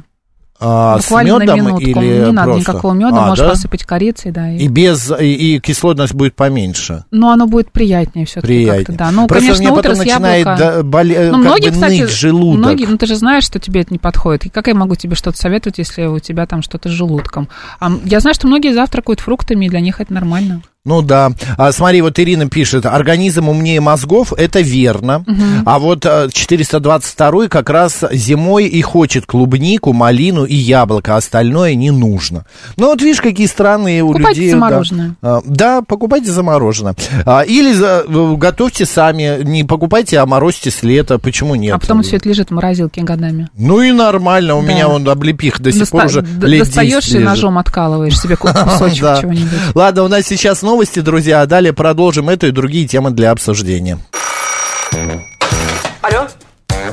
Speaker 4: а, с
Speaker 2: Буквально на
Speaker 4: медом
Speaker 2: минутку.
Speaker 4: или
Speaker 2: не надо
Speaker 4: просто?
Speaker 2: никакого меда,
Speaker 4: А,
Speaker 2: можешь
Speaker 4: да?
Speaker 2: посыпать корицей, да. и-
Speaker 4: И без и, и кислотность будет поменьше,
Speaker 2: Но оно будет приятнее все-таки
Speaker 4: приятнее.
Speaker 2: как-то, да. Ну,
Speaker 4: Просто
Speaker 2: конечно,
Speaker 4: мне
Speaker 2: утро
Speaker 4: потом
Speaker 2: с
Speaker 4: начинает
Speaker 2: яблоко...
Speaker 4: да, боле-
Speaker 2: Ну,
Speaker 4: как
Speaker 2: многие,
Speaker 4: бы
Speaker 2: кстати,
Speaker 4: ныть желудок.
Speaker 2: многие, ну ты же знаешь, что тебе это не подходит. И как я могу тебе что-то советовать, если у тебя там что-то с желудком? А, м, я знаю, что многие завтракают фруктами, и для них это нормально.
Speaker 4: Ну да. А, смотри, вот Ирина пишет, организм умнее мозгов, это верно. А вот э, 422 как раз зимой и хочет клубнику, малину и яблоко, остальное не нужно. Ну вот видишь, какие странные у
Speaker 2: Покупайте
Speaker 4: людей... да.
Speaker 2: замороженное.
Speaker 4: А, Да, покупайте замороженное. А, Или за- э, готовьте сами, не покупайте, а морозьте с лета, почему нет?
Speaker 2: а потом все это лежит в морозилке годами.
Speaker 4: Ну и нормально, у
Speaker 2: Да.
Speaker 4: меня он облепих до сих пор
Speaker 2: Доста-
Speaker 4: уже
Speaker 2: д-
Speaker 4: лет 10
Speaker 2: достаешь и
Speaker 4: лежит.
Speaker 2: ножом откалываешь себе ку- кусочек
Speaker 4: Да.
Speaker 2: чего-нибудь.
Speaker 4: Ладно, у нас сейчас новости, друзья, а далее продолжим эту и другие темы для обсуждения.
Speaker 1: Алло?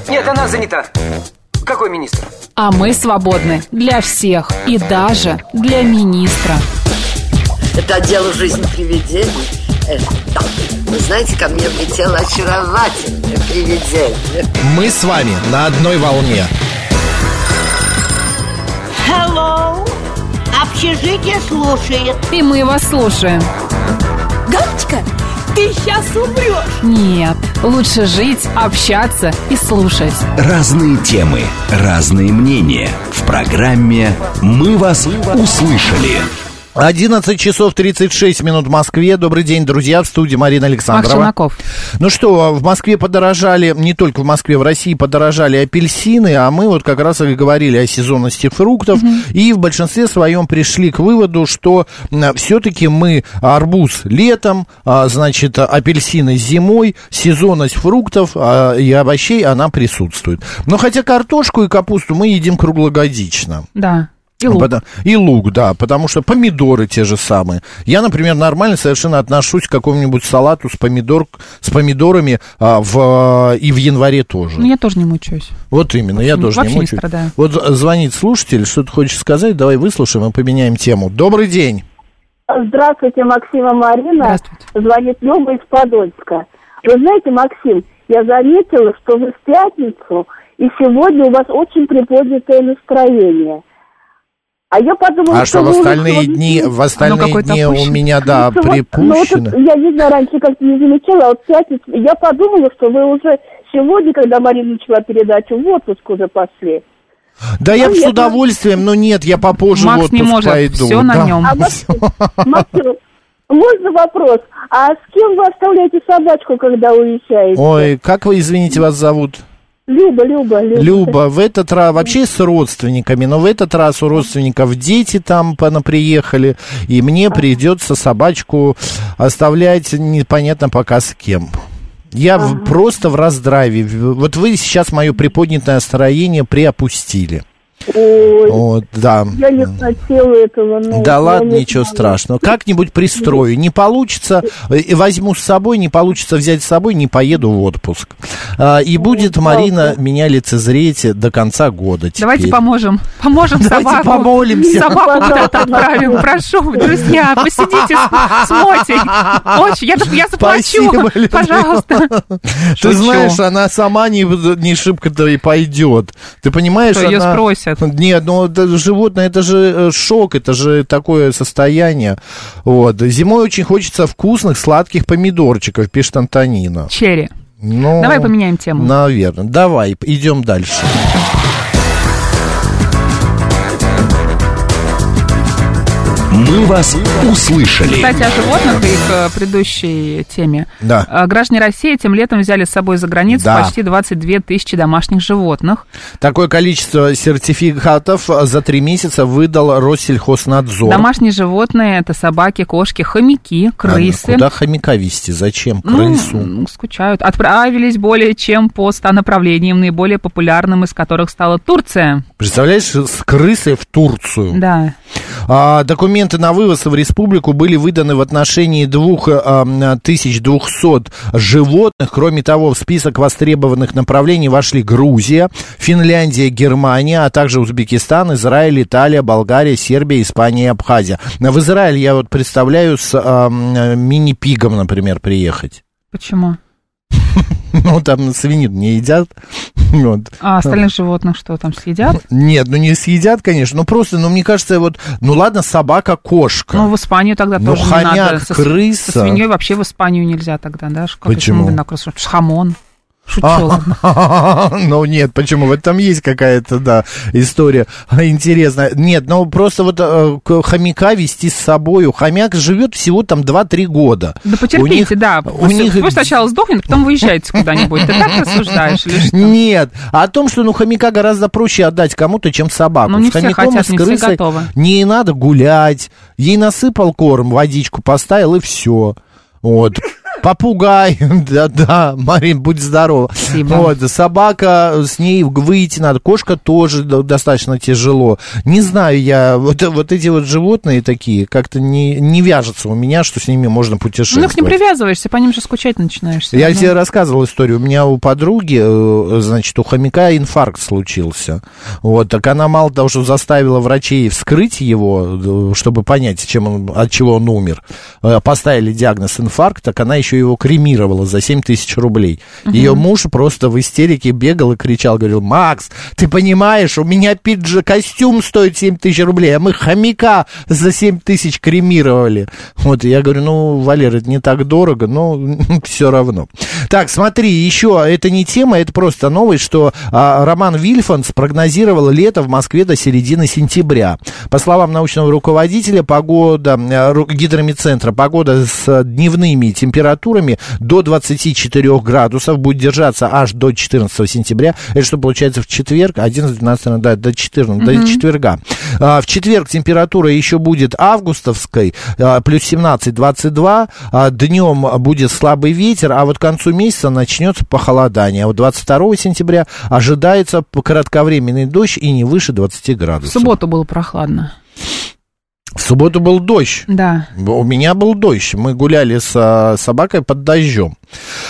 Speaker 1: Нет, она занята. Какой министр?
Speaker 6: А мы свободны для всех и даже для министра.
Speaker 3: Это отдел жизни привидений. Э, да. Вы знаете, ко мне влетело очаровательное привидение.
Speaker 4: Мы с вами на одной волне.
Speaker 5: Hello, Общежитие слушает.
Speaker 6: И мы вас слушаем.
Speaker 10: Галочка, ты сейчас умрешь.
Speaker 6: Нет, лучше жить, общаться и слушать.
Speaker 7: Разные темы, разные мнения. В программе «Мы вас услышали».
Speaker 4: 11 часов 36 минут в Москве. Добрый день, друзья, в студии Марина
Speaker 2: Макс
Speaker 4: Александрова.
Speaker 2: Челноков.
Speaker 4: Ну что, в Москве подорожали, не только в Москве, в России подорожали апельсины, а мы вот как раз и говорили о сезонности фруктов, и в большинстве своем пришли к выводу, что все-таки мы арбуз летом, а, значит, апельсины зимой, сезонность фруктов а, и овощей, она присутствует. Но хотя картошку и капусту мы едим круглогодично.
Speaker 2: Да. И лук.
Speaker 4: Пота- Ну, И лук, да, потому что помидоры те же самые. Я, например, нормально совершенно отношусь к какому-нибудь салату с, помидор, с помидорами а, в, и в январе тоже.
Speaker 2: Ну, я тоже не мучаюсь.
Speaker 4: Вот именно, я тоже
Speaker 2: Вообще
Speaker 4: не
Speaker 2: не
Speaker 4: мучаюсь.
Speaker 2: страдаю.
Speaker 4: вот з- звонит слушатель, что ты хочешь сказать, давай выслушаем и поменяем тему. Добрый день.
Speaker 11: Здравствуйте, Максима Марина.
Speaker 2: Здравствуйте.
Speaker 11: Звонит Люба из Подольска. Вы знаете, Максим, я заметила, что вы в пятницу, и сегодня у вас очень приподнятое настроение. А я подумала,
Speaker 4: А что в
Speaker 11: вы уже
Speaker 4: остальные
Speaker 11: сегодня-
Speaker 4: дни, в остальные
Speaker 2: какое-то
Speaker 4: дни у
Speaker 2: опущено.
Speaker 4: меня, да,
Speaker 11: что вот- ну, вот
Speaker 4: припущено.
Speaker 11: это я не знаю, раньше как-то не замечала, а вот в пятницу я подумала, что вы уже сегодня, когда Марина начала передачу, в отпуск уже пошли.
Speaker 4: Да я б с
Speaker 11: Понятно.
Speaker 4: удовольствием, но нет, я попозже в
Speaker 2: Макс
Speaker 4: отпуск
Speaker 2: не может,
Speaker 4: пойду.
Speaker 2: все на
Speaker 4: да.
Speaker 2: нем.
Speaker 11: А Максим, Максим, можно вопрос? А с кем вы оставляете собачку, когда уезжаете?
Speaker 4: Ой, как вы, извините, вас зовут?
Speaker 11: Люба, Люба, Люба.
Speaker 4: Люба, в этот раз вообще с родственниками, но в этот раз у родственников дети там понаприехали, и мне придется собачку оставлять непонятно пока с кем. Я в- просто в раздраве. В- Вот вы сейчас мое приподнятое настроение приопустили.
Speaker 11: Ой,
Speaker 4: Вот, да.
Speaker 11: я не хотела этого. ну,
Speaker 12: Ну,
Speaker 11: но-
Speaker 4: Да
Speaker 11: но
Speaker 4: ладно,
Speaker 11: мне
Speaker 4: ничего
Speaker 11: надо.
Speaker 4: страшного. Как-нибудь пристрою. Не получится, э, и возьму с собой, не получится взять с собой, не поеду в отпуск. А, И будет Марина меня лицезреть до конца года теперь.
Speaker 2: Давайте поможем. Поможем
Speaker 4: Давайте
Speaker 2: собаку.
Speaker 4: помолимся.
Speaker 2: Собаку куда-то отправим. Прошу, друзья, посидите с, с Мотей. Очень, я, я заплачу.
Speaker 4: Спасибо, Людмила.
Speaker 2: Пожалуйста.
Speaker 4: Ты
Speaker 2: Шучу.
Speaker 4: знаешь, она сама не, не шибко-то и пойдет. Ты понимаешь,
Speaker 2: Что, её
Speaker 4: она-
Speaker 2: спросят?
Speaker 4: Нет, ну это же животное, это же э, шок, это же такое состояние. Вот. Зимой очень хочется вкусных сладких помидорчиков, пишет Антонина.
Speaker 2: Черри,
Speaker 4: Ну,
Speaker 2: давай поменяем тему.
Speaker 4: Наверное. Давай, идем дальше.
Speaker 7: «Мы вас услышали».
Speaker 2: Кстати, о животных и к э, предыдущей теме.
Speaker 4: Да.
Speaker 2: Э, Граждане России этим летом взяли с собой за границу
Speaker 4: Да.
Speaker 2: почти 22 тысячи домашних животных.
Speaker 4: Такое количество сертификатов за три месяца выдал Россельхознадзор.
Speaker 2: Домашние животные – это собаки, кошки, хомяки, крысы.
Speaker 4: Куда хомяка вести? Зачем?
Speaker 2: Ну,
Speaker 4: Крысу.
Speaker 2: м, скучают. Отправились более чем по 100 направлениям, наиболее популярным из которых стала Турция.
Speaker 4: Представляешь, с крысой в Турцию.
Speaker 2: Да.
Speaker 4: А, документы на вывоз в республику были выданы в отношении двух, э, м, 1200 животных. Кроме того, в список востребованных направлений вошли Грузия, Финляндия, Германия, а также Узбекистан, Израиль, Италия, Болгария, Сербия, Испания и Абхазия. В Израиль я вот представляю с э, м, э, мини-пигом, например, приехать.
Speaker 2: Почему?
Speaker 4: Ну, там свинину не едят. Вот.
Speaker 2: А остальных животных что, там съедят?
Speaker 4: Нет, ну не съедят, конечно, ну просто, ну мне кажется, вот, ну ладно, собака, кошка.
Speaker 2: Ну, в Испанию тогда
Speaker 4: Ну,
Speaker 2: тоже не
Speaker 4: хомяк,
Speaker 2: надо. Со, с-
Speaker 4: крыса.
Speaker 2: со свиньей вообще в Испанию нельзя тогда, да? Ш- Как
Speaker 4: Почему?
Speaker 2: Шхамон. Шучу,
Speaker 4: А,
Speaker 2: ладно.
Speaker 4: Ну нет, почему? Вот там есть какая-то, да, история интересная. Нет, ну просто вот э, к- хомяка вести с собою. Хомяк живет всего там 2-3 года.
Speaker 2: Да
Speaker 4: У них-
Speaker 2: потерпите, да.
Speaker 4: у них-
Speaker 2: Вы сначала сдохнет, потом выезжаете куда-нибудь. Ты так рассуждаешь или что?
Speaker 4: Нет, а о том, что ну хомяка гораздо проще отдать кому-то, чем собаку.
Speaker 2: Ну, не
Speaker 4: С
Speaker 2: все
Speaker 4: хомяком и
Speaker 2: хотят,
Speaker 4: с
Speaker 2: не все
Speaker 4: крысой
Speaker 2: готовы.
Speaker 4: Не надо гулять. Ей насыпал корм, водичку поставил и все. Вот. Попугай, да-да, Марин, будь здорова.
Speaker 2: Спасибо.
Speaker 4: Вот, собака, с ней выйти надо, кошка тоже до- достаточно тяжело. Не знаю я, вот, вот эти вот животные такие, как-то не, не вяжется у меня, что с ними можно
Speaker 2: Ну,
Speaker 4: путешествовать.
Speaker 2: к ним привязываешься, по ним же скучать начинаешь. всё
Speaker 4: Я
Speaker 2: равно.
Speaker 4: тебе рассказывал историю. У меня у подруги, э, значит, у хомяка инфаркт случился. Вот, так она мало того, что заставила врачей вскрыть его, э, чтобы понять, чем он, от чего он умер, э, поставили диагноз инфаркт, так она еще еще его кремировала за 7 тысяч рублей.
Speaker 13: Мгм.
Speaker 4: Ее муж просто в истерике бегал и кричал, говорил, Макс, ты понимаешь, у меня пиджа костюм стоит 7 тысяч рублей, а мы хомяка за 7 тысяч кремировали. Вот, и я говорю, ну, Валер, это не так дорого, но все равно. Так, смотри, еще, это не тема, это просто новость, что а, Роман Вильфанс прогнозировал лето в Москве до середины сентября. По словам научного руководителя, погода э, ру- гидромедцентра, погода с э, дневными температурами до 24 градусов будет держаться аж до 14 сентября. Это что получается в четверг, 11, 12, да, до 14, до
Speaker 13: Мгм.
Speaker 4: четверга. А, В четверг температура еще будет августовской, а, плюс 17-22. а, Днем будет слабый ветер, а вот к концу месяца начнется похолодание. Вот 22 сентября ожидается п- кратковременный дождь и не выше 20
Speaker 2: В
Speaker 4: градусов.
Speaker 2: субботу было прохладно.
Speaker 4: В субботу был дождь.
Speaker 2: Да.
Speaker 4: У меня был дождь. Мы гуляли с а, собакой под дождем.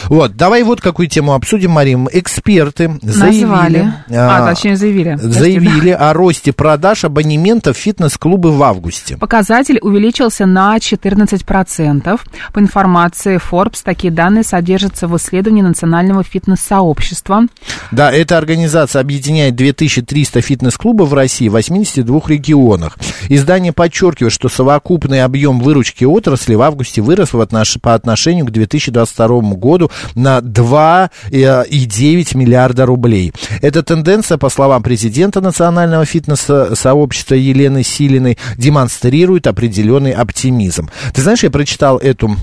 Speaker 4: Вот, давай вот какую тему обсудим, Марим. Эксперты заявили...
Speaker 2: Назвали. А,
Speaker 4: а,
Speaker 2: точнее, заявили. Подожди,
Speaker 4: Заявили о росте продаж абонементов в фитнес-клубы в августе.
Speaker 2: Показатель увеличился на 14%. По информации Forbes, такие данные содержатся в исследовании Национального фитнес-сообщества.
Speaker 4: Да, эта организация объединяет 2300 фитнес-клубов в России в 82 регионах. Издание подчеркивает, что совокупный объем выручки отрасли в августе вырос в отнош- по отношению к 2022 году на 2,9 миллиарда рублей. Эта тенденция, по словам президента Национального фитнес-сообщества Елены Силиной, демонстрирует определенный оптимизм. Ты знаешь, я прочитал эту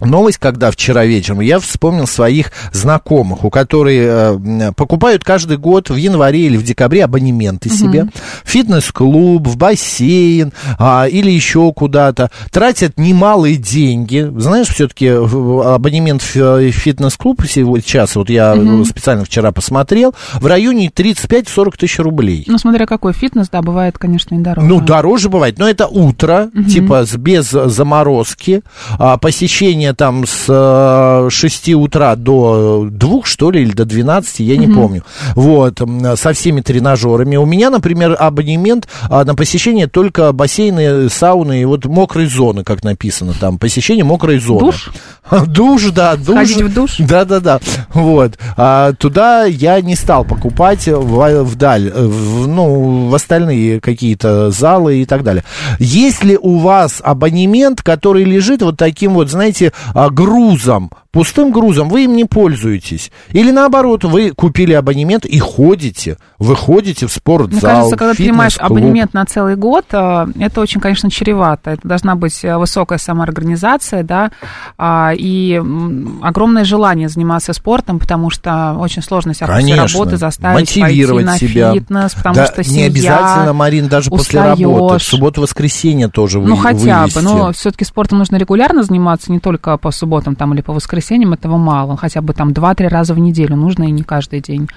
Speaker 4: новость, когда вчера вечером я вспомнил своих знакомых, у которых покупают каждый год в январе или в декабре абонементы себе, в фитнес-клуб, в бассейн а, или еще куда-то, тратят немалые деньги. Знаешь, все-таки абонемент в э, фитнес-клуб сего- сейчас, вот я э,
Speaker 2: Мгм.
Speaker 4: специально вчера посмотрел, в районе 35-40 тысяч рублей.
Speaker 2: Ну, смотря какой фитнес, да, бывает, конечно, и дороже.
Speaker 4: Ну, дороже бывает, но это утро, типа с- без заморозки, а, посещение там с э, 6 утра до 2, что ли, или до 12, я не
Speaker 13: Мгм.
Speaker 4: помню. Вот, м, со всеми тренажерами. У меня, например, абонемент а, на посещение только бассейны, сауны и вот мокрой зоны, как написано там, посещение мокрой зоны.
Speaker 2: Душ?
Speaker 4: Душ, да, душ.
Speaker 2: Ходить в душ?
Speaker 4: Да-да-да, вот. А туда я не стал покупать в- вдаль, э, в- ну, в остальные какие-то залы и так далее. Если у вас абонемент, который лежит вот таким вот, знаете, а, грузом, пустым грузом, вы им не пользуетесь. Или наоборот, вы купили абонемент и ходите, вы ходите в спортзал,
Speaker 2: Мне кажется, когда ты принимаешь
Speaker 4: фитнес-клуб.
Speaker 2: абонемент на целый год, э, это очень, конечно, чревато. Это должна быть э, высокая самоорганизация, да, а, и м, огромное желание заниматься спортом, потому что очень сложно себя после
Speaker 4: Конечно.
Speaker 2: работы заставить
Speaker 4: мотивировать
Speaker 2: пойти на
Speaker 4: себя.
Speaker 2: фитнес, потому
Speaker 4: Да,
Speaker 2: что
Speaker 4: не
Speaker 2: семья,
Speaker 4: обязательно, Марин, даже после работы, в
Speaker 2: устаешь.
Speaker 4: субботу-воскресенье тоже вы-
Speaker 2: Ну, хотя
Speaker 4: вывести.
Speaker 2: бы, но все-таки спортом нужно регулярно заниматься, не только по субботам там или по воскресеньям, этого мало, хотя бы там 2-3 раза в неделю нужно и не каждый день.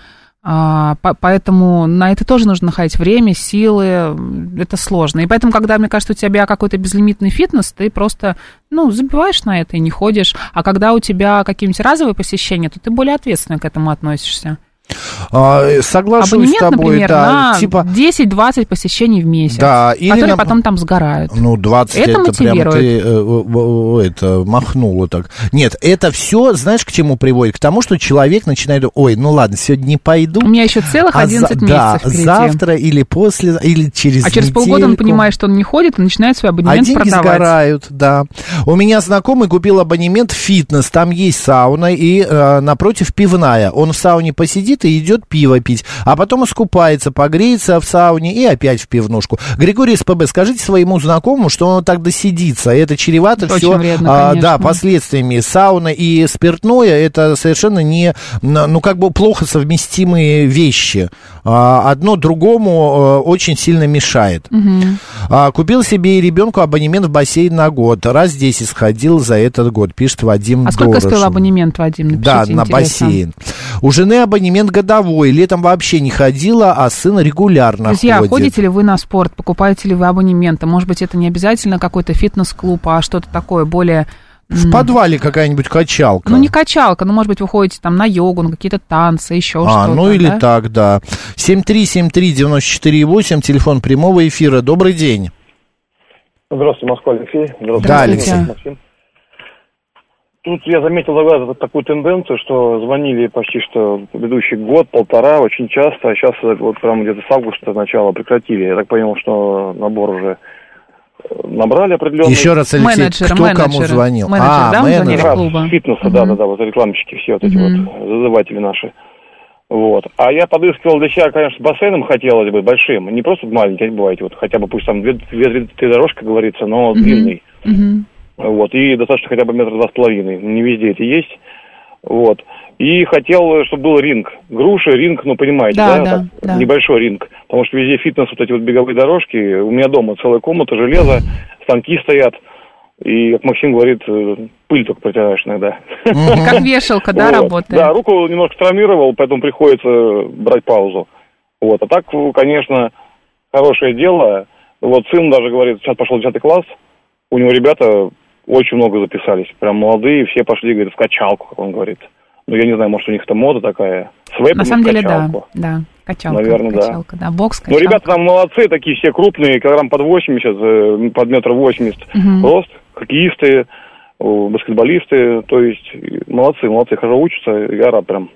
Speaker 2: А, по- поэтому на это тоже нужно находить время, силы, м, это сложно. И поэтому, когда, мне кажется, у тебя какой-то безлимитный фитнес, ты просто, ну, забиваешь на это и не ходишь. А когда у тебя какие-нибудь разовые посещения, то ты более ответственно к этому относишься.
Speaker 4: А, э, соглашусь
Speaker 2: Абонемент,
Speaker 4: с тобой,
Speaker 2: например,
Speaker 4: да,
Speaker 2: на
Speaker 4: типа
Speaker 2: 10-20 посещений в месяц,
Speaker 4: Да, или,
Speaker 2: которые
Speaker 4: нап-
Speaker 2: потом там сгорают.
Speaker 4: Ну, 20 это,
Speaker 2: Это
Speaker 4: прям ты
Speaker 2: мотивирует.
Speaker 4: э, в- в- это махнуло так. Нет, это все, знаешь, к чему приводит? К тому, что человек начинает, ой, ну ладно, сегодня не пойду. У
Speaker 2: меня еще целых 11
Speaker 4: А Да,
Speaker 2: месяцев впереди.
Speaker 4: завтра или после, или через
Speaker 2: А через полгода он
Speaker 4: недельку.
Speaker 2: понимает, что он не ходит, и начинает свой
Speaker 4: А
Speaker 2: абонемент
Speaker 4: деньги
Speaker 2: продавать.
Speaker 4: сгорают, да. У меня знакомый купил абонемент в фитнес. Там есть сауна и э, напротив пивная. Он в сауне посидит и идет пиво пить. А потом искупается, погреется в сауне и опять в пивнушку. Григорий СПБ, скажите своему знакомому, что он так досидится. Это чревато
Speaker 2: Это
Speaker 4: все
Speaker 2: очень вредно, конечно.
Speaker 4: да, последствиями. Сауна и спиртное это совершенно не, на- ну как бы плохо совместимые вещи. А, Одно другому э, очень сильно мешает.
Speaker 2: Мгм.
Speaker 4: А, купил себе и ребенку абонемент в бассейн на год. Раз 10 сходил за этот год, пишет Вадим
Speaker 2: А сколько
Speaker 4: Дорошев.
Speaker 2: стоил абонемент, Вадим? Напишите,
Speaker 4: Да, на
Speaker 2: интересно.
Speaker 4: бассейн. У жены абонемент годовой. Летом вообще не ходила, а сын регулярно
Speaker 2: Друзья,
Speaker 4: ходит.
Speaker 2: ходите ли вы на спорт, покупаете ли вы абонементы? Может быть, это не обязательно какой-то фитнес-клуб, а что-то такое более...
Speaker 4: В подвале какая-нибудь качалка.
Speaker 2: Ну, не качалка, но, может быть, вы ходите там на йогу, на какие-то танцы, еще
Speaker 4: а,
Speaker 2: что-то.
Speaker 4: ну или
Speaker 2: да?
Speaker 4: так, да. 7373948, телефон прямого эфира. Добрый день.
Speaker 12: Здравствуйте, Москва, Алексей. Здравствуйте,
Speaker 4: Да, Алексей.
Speaker 12: Максим.
Speaker 13: тут я заметил да, такую тенденцию, что звонили почти что предыдущий год, полтора, очень часто, а сейчас вот прям где-то с августа начала прекратили. Я так понял, что набор уже набрали определенный.
Speaker 4: Еще раз, Алексей,
Speaker 2: Менеджеры,
Speaker 4: кто кому
Speaker 2: менеджеры.
Speaker 4: звонил?
Speaker 2: Менеджер,
Speaker 4: а,
Speaker 2: да, мы звонили?
Speaker 4: менеджер.
Speaker 2: Менеджеры
Speaker 13: А,
Speaker 2: клуба.
Speaker 13: с фитнеса, да, да, да, вот рекламщики все вот эти
Speaker 2: Мгм.
Speaker 13: вот зазыватели наши. Вот. А я подыскивал для себя, конечно, с бассейном хотелось бы, большим. Не просто маленький, бывает, вот хотя бы пусть там две, две, три дорожки, как говорится, но
Speaker 2: Мгм.
Speaker 13: длинный.
Speaker 2: Мгм.
Speaker 13: Вот, и достаточно хотя бы метра два с половиной. Не везде это есть. Вот. И хотел, чтобы был ринг. Груши, ринг, ну, понимаете,
Speaker 2: Да,
Speaker 13: да?
Speaker 2: да,
Speaker 13: так,
Speaker 2: да.
Speaker 13: Небольшой ринг. Потому что везде фитнес, вот эти вот беговые дорожки. У меня дома целая комната, железо, станки стоят. И, как Максим говорит, э, пыль только протираешь иногда.
Speaker 2: Как вешалка, да,
Speaker 13: Вот.
Speaker 2: работает?
Speaker 13: Ну, Да, руку немножко травмировал, поэтому приходится э, брать паузу. Вот. А так, э, конечно, хорошее дело. Вот сын даже говорит, сейчас пошел 10 класс, у него ребята очень много записались. Прям молодые, все пошли, говорит, в качалку, как он говорит. Ну, я не знаю, может, у них это мода такая. С вейпом
Speaker 2: На самом
Speaker 13: в
Speaker 2: деле, да,
Speaker 13: качалку.
Speaker 2: да. Качалка,
Speaker 13: Наверное, да.
Speaker 2: качалка, да. Бокс,
Speaker 13: Ну,
Speaker 2: качалка.
Speaker 13: ребята там молодцы, такие все крупные, килограмм под 80, э, под метр 80
Speaker 2: Мгм.
Speaker 13: рост, хоккеисты, э, баскетболисты, то есть э, молодцы, молодцы, хорошо учатся, я рад прям.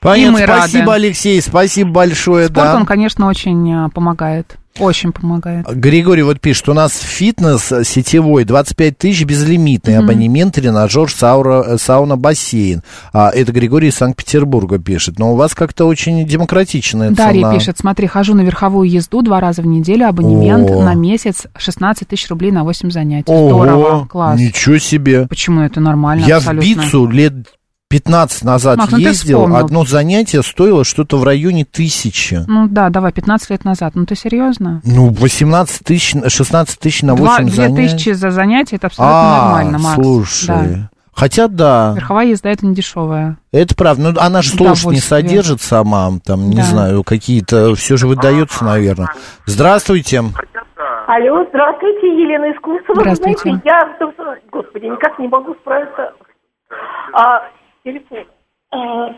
Speaker 4: Понятно.
Speaker 2: И мы рады.
Speaker 4: спасибо, Алексей, спасибо большое.
Speaker 2: Спорт,
Speaker 4: да.
Speaker 2: он, конечно, очень а, помогает. Очень помогает.
Speaker 4: Григорий вот пишет, у нас фитнес э, сетевой, 25 тысяч безлимитный абонемент, тренажер, саура, э, сауна, бассейн. А, это Григорий из Санкт-Петербурга пишет. Но у вас как-то очень демократичная
Speaker 2: Дарья
Speaker 4: цена.
Speaker 2: пишет, смотри, хожу на верховую езду два раза в неделю, абонемент
Speaker 4: О.
Speaker 2: на месяц 16 тысяч рублей на 8 занятий.
Speaker 4: Ого,
Speaker 2: Здорово, класс.
Speaker 4: ничего себе.
Speaker 2: Почему это нормально
Speaker 4: Я
Speaker 2: абсолютно?
Speaker 4: в Бицу лет 15 назад
Speaker 2: Мах, ну ты
Speaker 4: ездил,
Speaker 2: вспомнил.
Speaker 4: одно занятие стоило что-то в районе тысячи.
Speaker 2: Ну да, давай, 15 лет назад. Ну ты серьезно?
Speaker 4: Ну, 18 тысяч, 16 тысяч на
Speaker 2: Два-
Speaker 4: 8
Speaker 2: Две
Speaker 4: занятий.
Speaker 2: тысячи за занятие, это абсолютно
Speaker 4: а,
Speaker 2: нормально, Макс.
Speaker 4: слушай.
Speaker 2: Да.
Speaker 4: Хотя да,
Speaker 2: Верховая езда это не дешевая.
Speaker 4: это правда. Ну, она же тоже не
Speaker 2: Удовольствие.
Speaker 4: содержит сама, там, не
Speaker 2: Да.
Speaker 4: знаю, какие-то, все же выдается, наверное. Здравствуйте.
Speaker 12: Алло, здравствуйте, Елена из Курсова.
Speaker 2: Здравствуйте.
Speaker 12: Вы знаете, я, собственно, господи, никак не могу справиться. А, телефон. А, а,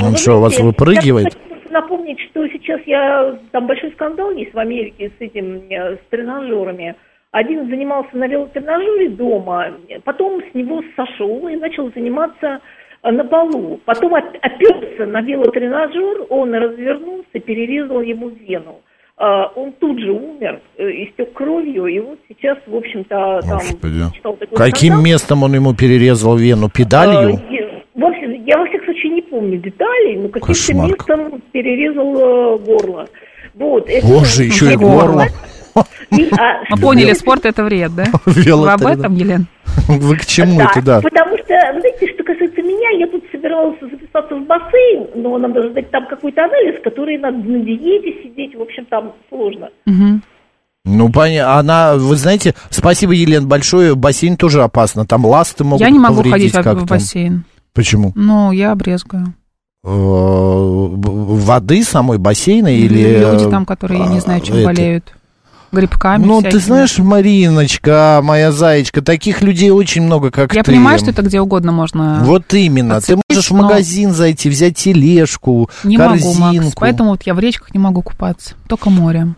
Speaker 4: Ну
Speaker 12: вы
Speaker 4: что, у вас
Speaker 12: знаете,
Speaker 4: выпрыгивает?
Speaker 12: Я хочу напомнить, что сейчас я... Там большой скандал есть в Америке с этим, э, с тренажерами. Один занимался на велотренажере дома, потом с него сошел и начал заниматься э, на полу. Потом оп- оперся на велотренажер, он развернулся, перерезал ему вену. А, Он тут же умер, э, истек кровью, и вот сейчас, в общем-то, там...
Speaker 4: Господи.
Speaker 12: читал такой
Speaker 4: Каким
Speaker 12: скандал.
Speaker 4: местом он ему перерезал вену? Педалью?
Speaker 12: Э, е- В общем, я во всяком случае не помню деталей, но каким-то
Speaker 4: Кошмар.
Speaker 12: местом перерезал э, горло. Вот, это-
Speaker 4: Боже, еще и горло.
Speaker 12: И, а,
Speaker 2: Мы
Speaker 12: что
Speaker 2: поняли,
Speaker 12: мне-
Speaker 2: спорт это вред, да? Вы об
Speaker 4: Велотренажер.
Speaker 2: этом, Елена?
Speaker 4: Вы к чему это, да?
Speaker 12: Потому что, знаете, что касается меня, я тут собиралась записаться в бассейн, но надо ждать там какой-то анализ, который надо на диете сидеть, в общем, там сложно.
Speaker 4: Ну, понятно. Она, вы знаете, спасибо, Елена, большое. Бассейн тоже опасно. Там ласты могут
Speaker 2: Я не могу
Speaker 4: повредить
Speaker 2: ходить в- в
Speaker 4: как-то.
Speaker 2: бассейн.
Speaker 4: Почему?
Speaker 2: Ну, я обрезгаю.
Speaker 4: Э, воды самой бассейна или...
Speaker 2: Люди
Speaker 4: э,
Speaker 2: там, которые, я не знаю, чем
Speaker 4: это-
Speaker 2: болеют. Грибками
Speaker 4: Ну, ты
Speaker 2: всякими.
Speaker 4: знаешь, Мариночка, моя зайчка, таких людей очень много, как
Speaker 2: Я
Speaker 4: ты. А.
Speaker 2: понимаю, что это где угодно можно.
Speaker 4: Вот именно. Ты можешь в
Speaker 2: но-
Speaker 4: магазин зайти, взять тележку,
Speaker 2: не
Speaker 4: корзинку.
Speaker 2: могу, Макс. Поэтому вот я в речках не могу купаться. Только море.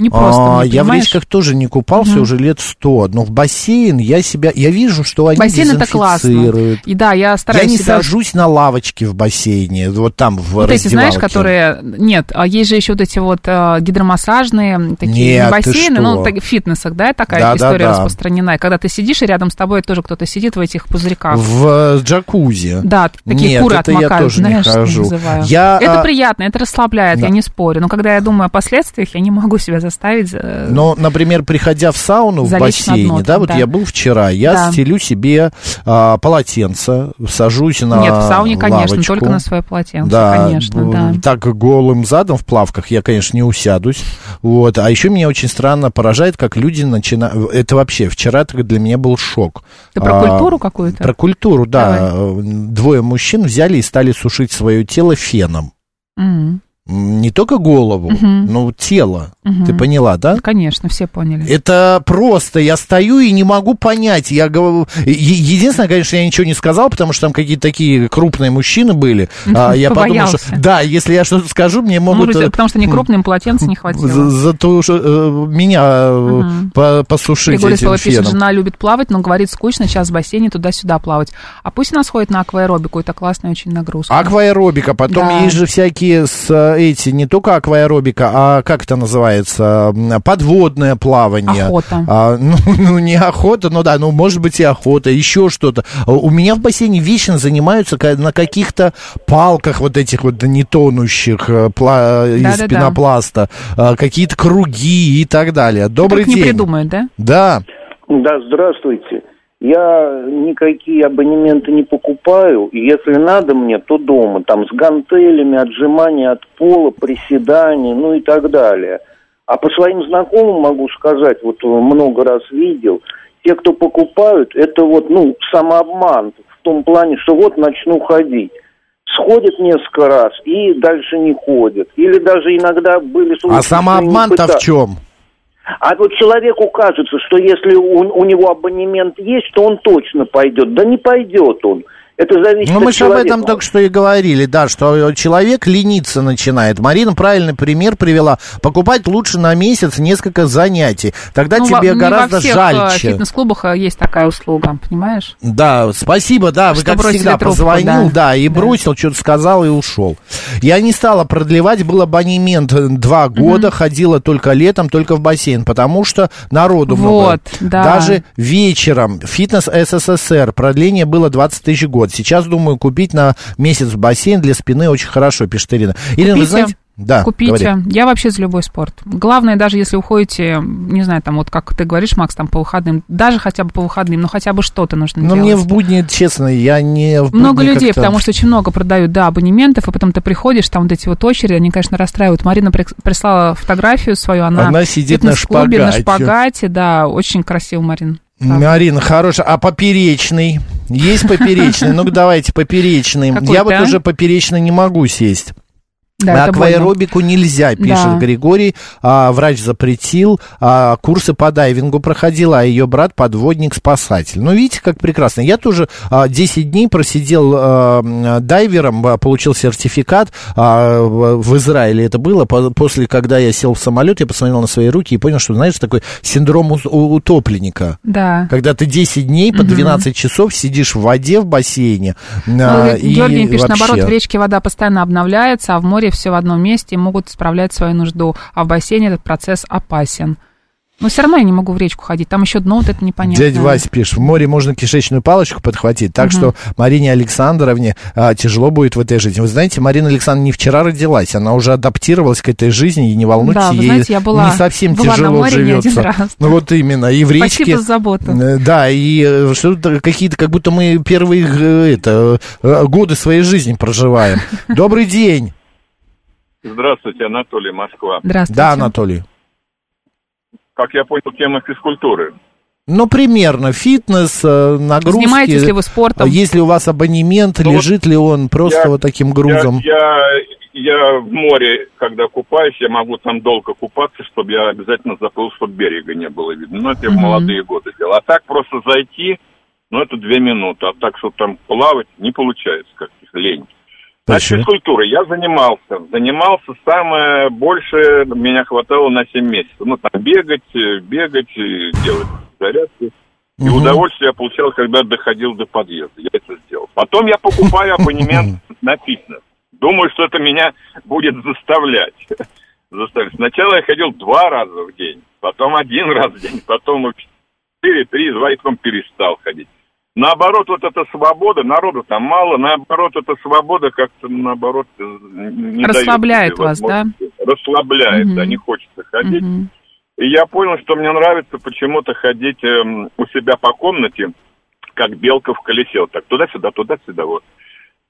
Speaker 2: Не просто.
Speaker 4: А,
Speaker 2: мне,
Speaker 4: я в
Speaker 2: понимаешь?
Speaker 4: речках тоже не купался
Speaker 2: Мгм.
Speaker 4: уже лет сто, но в бассейн я себя, я вижу, что они
Speaker 2: Бассейн это классно.
Speaker 4: дезинфицируют.
Speaker 2: И да, я стараюсь
Speaker 4: я не
Speaker 2: себя-
Speaker 4: сажусь на лавочки в бассейне, вот там в
Speaker 2: Вот эти, знаешь,
Speaker 4: раздевалке.
Speaker 2: которые... Нет, а есть же еще вот эти вот э, гидромассажные м, такие
Speaker 4: Нет,
Speaker 2: не
Speaker 4: ты
Speaker 2: бассейны,
Speaker 4: что?
Speaker 2: ну, так- в фитнесах, да, такая
Speaker 4: Да, да,
Speaker 2: история
Speaker 4: да.
Speaker 2: распространена. И Когда ты сидишь, и рядом с тобой тоже кто-то сидит в этих пузырьках.
Speaker 4: В э, джакузи.
Speaker 2: Да, а, такие
Speaker 4: Нет,
Speaker 2: куры
Speaker 4: это
Speaker 2: отмокают,
Speaker 4: я тоже
Speaker 2: знаешь,
Speaker 4: не
Speaker 2: что я
Speaker 4: хожу.
Speaker 2: называю?
Speaker 4: Я,
Speaker 2: это
Speaker 4: а,
Speaker 2: приятно, это расслабляет,
Speaker 4: Да.
Speaker 2: я не спорю. Но когда я думаю о последствиях, я не могу себя заставить... э,
Speaker 4: Но, например, приходя в сауну в
Speaker 2: Залечь на
Speaker 4: бассейне,
Speaker 2: дно,
Speaker 4: да, вот
Speaker 2: да.
Speaker 4: я был вчера, я
Speaker 2: Да.
Speaker 4: стелю себе а, полотенце, сажусь на
Speaker 2: Нет, в сауне, конечно,
Speaker 4: лавочку.
Speaker 2: только на свое полотенце,
Speaker 4: да, ну,
Speaker 2: конечно,
Speaker 4: б-
Speaker 2: да.
Speaker 4: Так голым задом в плавках я, конечно, не усядусь. Вот. А еще меня очень странно поражает, как люди начинают... Это вообще, вчера это для меня был шок.
Speaker 2: Ты про
Speaker 4: А,
Speaker 2: культуру какую-то?
Speaker 4: Про культуру, да. Э, Двое мужчин взяли и стали сушить свое тело феном.
Speaker 2: М.
Speaker 4: не только голову,
Speaker 2: Мгм.
Speaker 4: но тело.
Speaker 2: Мгм.
Speaker 4: Ты поняла, да?
Speaker 2: Конечно, все поняли.
Speaker 4: Это просто, я стою и не могу понять. Я говорю, е- единственное, конечно, я ничего не сказал, потому что там какие-то такие крупные мужчины были. А, Я подумал, что
Speaker 2: Побоялся.
Speaker 4: да, если я что-то скажу, мне
Speaker 2: Ну,
Speaker 4: могут
Speaker 2: друзья,
Speaker 4: э,
Speaker 2: потому что не крупным полотенца не хватило.
Speaker 4: за- за то, что э, меня э,
Speaker 2: Мгм.
Speaker 4: по- посушить
Speaker 2: Григорий
Speaker 4: этим
Speaker 2: Спала пишет,
Speaker 4: феном.
Speaker 2: жена любит плавать, но говорит, скучно, сейчас в бассейне туда-сюда плавать. А пусть она сходит на акваэробику, это классная очень нагрузка.
Speaker 4: Акваэробика, потом
Speaker 2: Да.
Speaker 4: есть же всякие с, э, эти, не только акваэробика, а как это называется, М, подводное плавание.
Speaker 2: Охота.
Speaker 4: А, ну, ну, не охота, ну да, ну, может быть и охота, еще что-то. А У меня в бассейне вечно занимаются ка- на каких-то палках вот этих вот не тонущих э, пла- из
Speaker 2: Да-да-да.
Speaker 4: пенопласта, а, какие-то круги и так далее. Добрый
Speaker 2: Вдруг Ну, не
Speaker 4: день.
Speaker 2: придумают, да?
Speaker 4: Да.
Speaker 14: Да, здравствуйте. Я никакие абонементы не покупаю. И Если надо мне, то дома. Там с гантелями, отжимания от пола, приседания, ну и так далее. А по своим знакомым могу сказать, вот э, много раз видел, те, кто покупают, это вот, ну, самообман в том плане, что вот начну ходить. Сходит несколько раз и дальше не ходит. Или даже иногда были случаи...
Speaker 4: А
Speaker 14: что и не
Speaker 4: самообман-то в
Speaker 14: пыта-
Speaker 4: чем?
Speaker 14: а вот человеку кажется, что если у, у него абонемент есть, то он точно пойдет. Да не пойдет он. Это зависит
Speaker 4: Ну, мы
Speaker 14: от
Speaker 4: же об
Speaker 14: человека.
Speaker 4: этом только что и говорили, да, что человек лениться начинает. Марина правильный пример привела. Покупать лучше на месяц несколько занятий. Тогда
Speaker 2: Ну, во-
Speaker 4: тебе
Speaker 2: не
Speaker 4: гораздо
Speaker 2: во всех э,
Speaker 4: жальче.
Speaker 2: фитнес-клубах э, есть такая услуга, понимаешь?
Speaker 4: Да, спасибо, да, вы
Speaker 2: Что
Speaker 4: как
Speaker 2: бросили
Speaker 4: всегда
Speaker 2: трубку,
Speaker 4: позвонил, да,
Speaker 2: да.
Speaker 4: и бросил, что-то сказал и ушел. Я не стала продлевать, был абонемент э, два года, ходила только летом, только в бассейн, потому что народу много.
Speaker 2: Вот, да.
Speaker 4: Даже вечером фитнес СССР, продление было 20 тысяч в год. Сейчас, думаю, купить на месяц в бассейн для спины очень хорошо, пишет Ирина. Ирина, вы
Speaker 2: Купите.
Speaker 4: знаете... Да,
Speaker 2: Купите.
Speaker 4: А, говори.
Speaker 2: Я вообще за любой спорт. Главное, даже если уходите, не знаю, там вот как ты говоришь, Макс, там по выходным, даже хотя бы по выходным, но хотя бы что-то нужно
Speaker 4: Но
Speaker 2: делать.
Speaker 4: Ну, мне в будни, честно, я не в будни
Speaker 2: Много людей,
Speaker 4: как-то-
Speaker 2: потому что очень много продают, да, абонементов, и потом ты приходишь, там вот эти вот очереди, они, конечно, расстраивают. Марина прик- прислала фотографию свою, она,
Speaker 4: Она сидит
Speaker 2: в фитнес-клубе,
Speaker 4: на
Speaker 2: на
Speaker 4: шпагате.
Speaker 2: шпагате, да, очень красиво, Марин.
Speaker 4: Марина, хорошая. А поперечный? Есть поперечный? Ну-ка давайте поперечный.
Speaker 2: Какой,
Speaker 4: Я вот
Speaker 2: да?
Speaker 4: уже поперечный не могу сесть.
Speaker 2: Да,
Speaker 4: На
Speaker 2: это больно.
Speaker 4: акваэробику нельзя, пишет
Speaker 2: Да.
Speaker 4: Григорий. А, врач запретил, а, курсы по дайвингу проходила, а ее брат подводник-спасатель. Ну, видите, как прекрасно. Я тоже а, 10 дней просидел а, м, дайвером, а, получил сертификат а, в в Израиле. Это было По- после, когда я сел в самолет, я посмотрел на свои руки и понял, что, знаешь, такой синдром ус- у- утопленника.
Speaker 2: Да.
Speaker 4: Когда ты 10 дней по
Speaker 2: Мгм.
Speaker 4: 12 часов сидишь в воде, в бассейне.
Speaker 2: Ну,
Speaker 4: а, и
Speaker 2: Георгий пишет, наоборот, в
Speaker 4: вообще.
Speaker 2: речке вода постоянно обновляется, а в море все в одном месте и могут справлять свою нужду, а в бассейне этот процесс опасен. Но все равно я не могу в речку ходить, там еще дно вот это непонятно.
Speaker 4: Дядя Вася пишет, в море можно кишечную палочку подхватить, так
Speaker 2: Мгм.
Speaker 4: что Марине Александровне а, тяжело будет в этой жизни. Вы знаете, Марина Александровна не вчера родилась, она уже адаптировалась к этой жизни, и не волнуйтесь,
Speaker 2: Да, вы
Speaker 4: ей
Speaker 2: знаете, я была-
Speaker 4: не совсем
Speaker 2: была на
Speaker 4: тяжело
Speaker 2: море не один
Speaker 4: живется.
Speaker 2: раз.
Speaker 4: Ну вот именно, и в
Speaker 2: Спасибо
Speaker 4: речке.
Speaker 2: за заботу.
Speaker 4: Э, Да, и э, что-то какие-то, как будто мы первые э, это, э, годы своей жизни проживаем. Добрый день.
Speaker 15: Здравствуйте, Анатолий, Москва.
Speaker 4: Да, Анатолий.
Speaker 15: Как я понял, тема физкультуры.
Speaker 4: Ну, примерно. Фитнес, э, нагрузки. А
Speaker 15: Занимаетесь ли вы спортом?
Speaker 4: Если у вас абонемент, лежит ли он просто
Speaker 15: Ну, Я-
Speaker 4: вот таким грузом?
Speaker 15: Я, я, я в море, когда купаюсь, я могу там долго купаться, чтобы я обязательно заплыл, чтобы берега не было видно. Но это я в
Speaker 16: Мгм.
Speaker 15: молодые годы делал. А так просто зайти, ну, это две минуты. А так, что там плавать, не получается как-то, лень. Значит, физкультурой я занимался. Занимался самое больше, меня хватало на 7 месяцев. Ну, там бегать, э, бегать, э, делать зарядки. И
Speaker 16: Мгм.
Speaker 15: удовольствие я получал, когда доходил до подъезда. Я это сделал. Потом я покупаю абонемент на фитнес. Думаю, что это меня будет заставлять. заставлять. Сначала я ходил два раза в день, потом один раз в день, потом в четыре, три, два, и потом перестал ходить. Наоборот, вот эта свобода, народу там мало, наоборот, эта свобода как-то, наоборот, э, не даёт
Speaker 2: Расслабляет
Speaker 15: тебе
Speaker 2: вас, да?
Speaker 15: возможности. Расслабляет, да,
Speaker 2: Мгм.
Speaker 15: не хочется ходить.
Speaker 2: Мгм.
Speaker 15: И я понял, что мне нравится почему-то ходить эм, у себя по комнате, как белка в колесе, вот так, туда-сюда, туда-сюда, вот.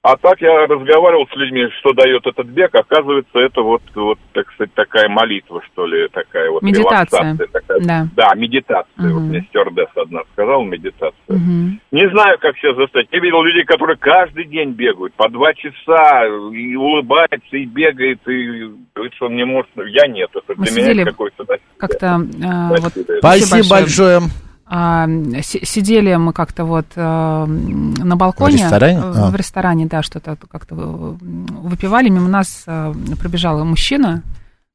Speaker 15: А так я разговаривал с людьми, что дает этот бег. Оказывается, это вот, вот так сказать, такая молитва, что ли, такая вот
Speaker 2: Медитация.
Speaker 15: релаксация Такая.
Speaker 2: Да.
Speaker 15: медитация. Вот
Speaker 2: Мгм.
Speaker 15: мне стюардесса одна сказала, медитация.
Speaker 2: Мгм.
Speaker 15: Не знаю, как сейчас заставить. Я видел людей, которые каждый день бегают по два часа, и улыбается, и бегает, и говорит, что он не может. Я нет, это
Speaker 2: Мы
Speaker 15: для меня
Speaker 2: сидели
Speaker 15: это какой-то... да.
Speaker 2: Как-то э, вот
Speaker 4: Спасибо большое.
Speaker 2: А, си- сидели мы как-то вот э, м, на балконе.
Speaker 4: В ресторане?
Speaker 2: В,
Speaker 4: А.
Speaker 2: в ресторане, да, что-то как-то э, выпивали. Мимо нас э, пробежал мужчина,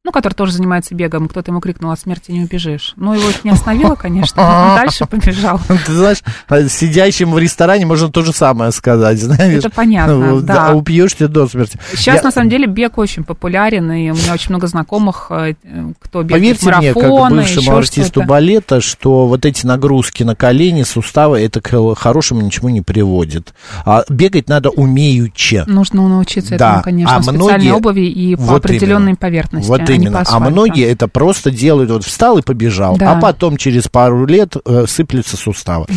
Speaker 2: ну, который тоже занимается бегом. Кто-то ему крикнул, от смерти не убежишь. Ну, его это не остановило, конечно. Он Дальше побежал.
Speaker 4: Ты знаешь, а, сидящим в ресторане можно то же самое сказать, знаешь.
Speaker 2: Это понятно,
Speaker 4: ну, Вот,
Speaker 2: да.
Speaker 4: Упьешься до смерти.
Speaker 2: Сейчас,
Speaker 4: Я-
Speaker 2: на самом деле, бег очень популярен, и у меня очень много знакомых, э, э, кто бегает
Speaker 4: Поверьте мне, как
Speaker 2: марафоны,
Speaker 4: бывшему
Speaker 2: еще
Speaker 4: артисту
Speaker 2: что-то.
Speaker 4: балета, что вот эти нагрузки на колени, суставы, это к хорошему ничему не приводит. А бегать надо умеюче.
Speaker 2: Нужно научиться
Speaker 4: Да,
Speaker 2: этому, конечно,
Speaker 4: а
Speaker 2: в специальной
Speaker 4: многие-
Speaker 2: обуви и по
Speaker 4: вот
Speaker 2: определенной
Speaker 4: именно.
Speaker 2: поверхности.
Speaker 4: Вот
Speaker 2: а не
Speaker 4: именно.
Speaker 2: по
Speaker 4: а
Speaker 2: асфальту.
Speaker 4: многие это просто делают, вот встал и побежал,
Speaker 2: Да.
Speaker 4: а потом через пару лет э, сыплются суставы.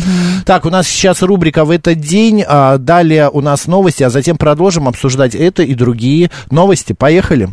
Speaker 4: Так, у нас сейчас рубрика в этот день, а далее у нас новости, а затем продолжим обсуждать это и другие новости. Поехали.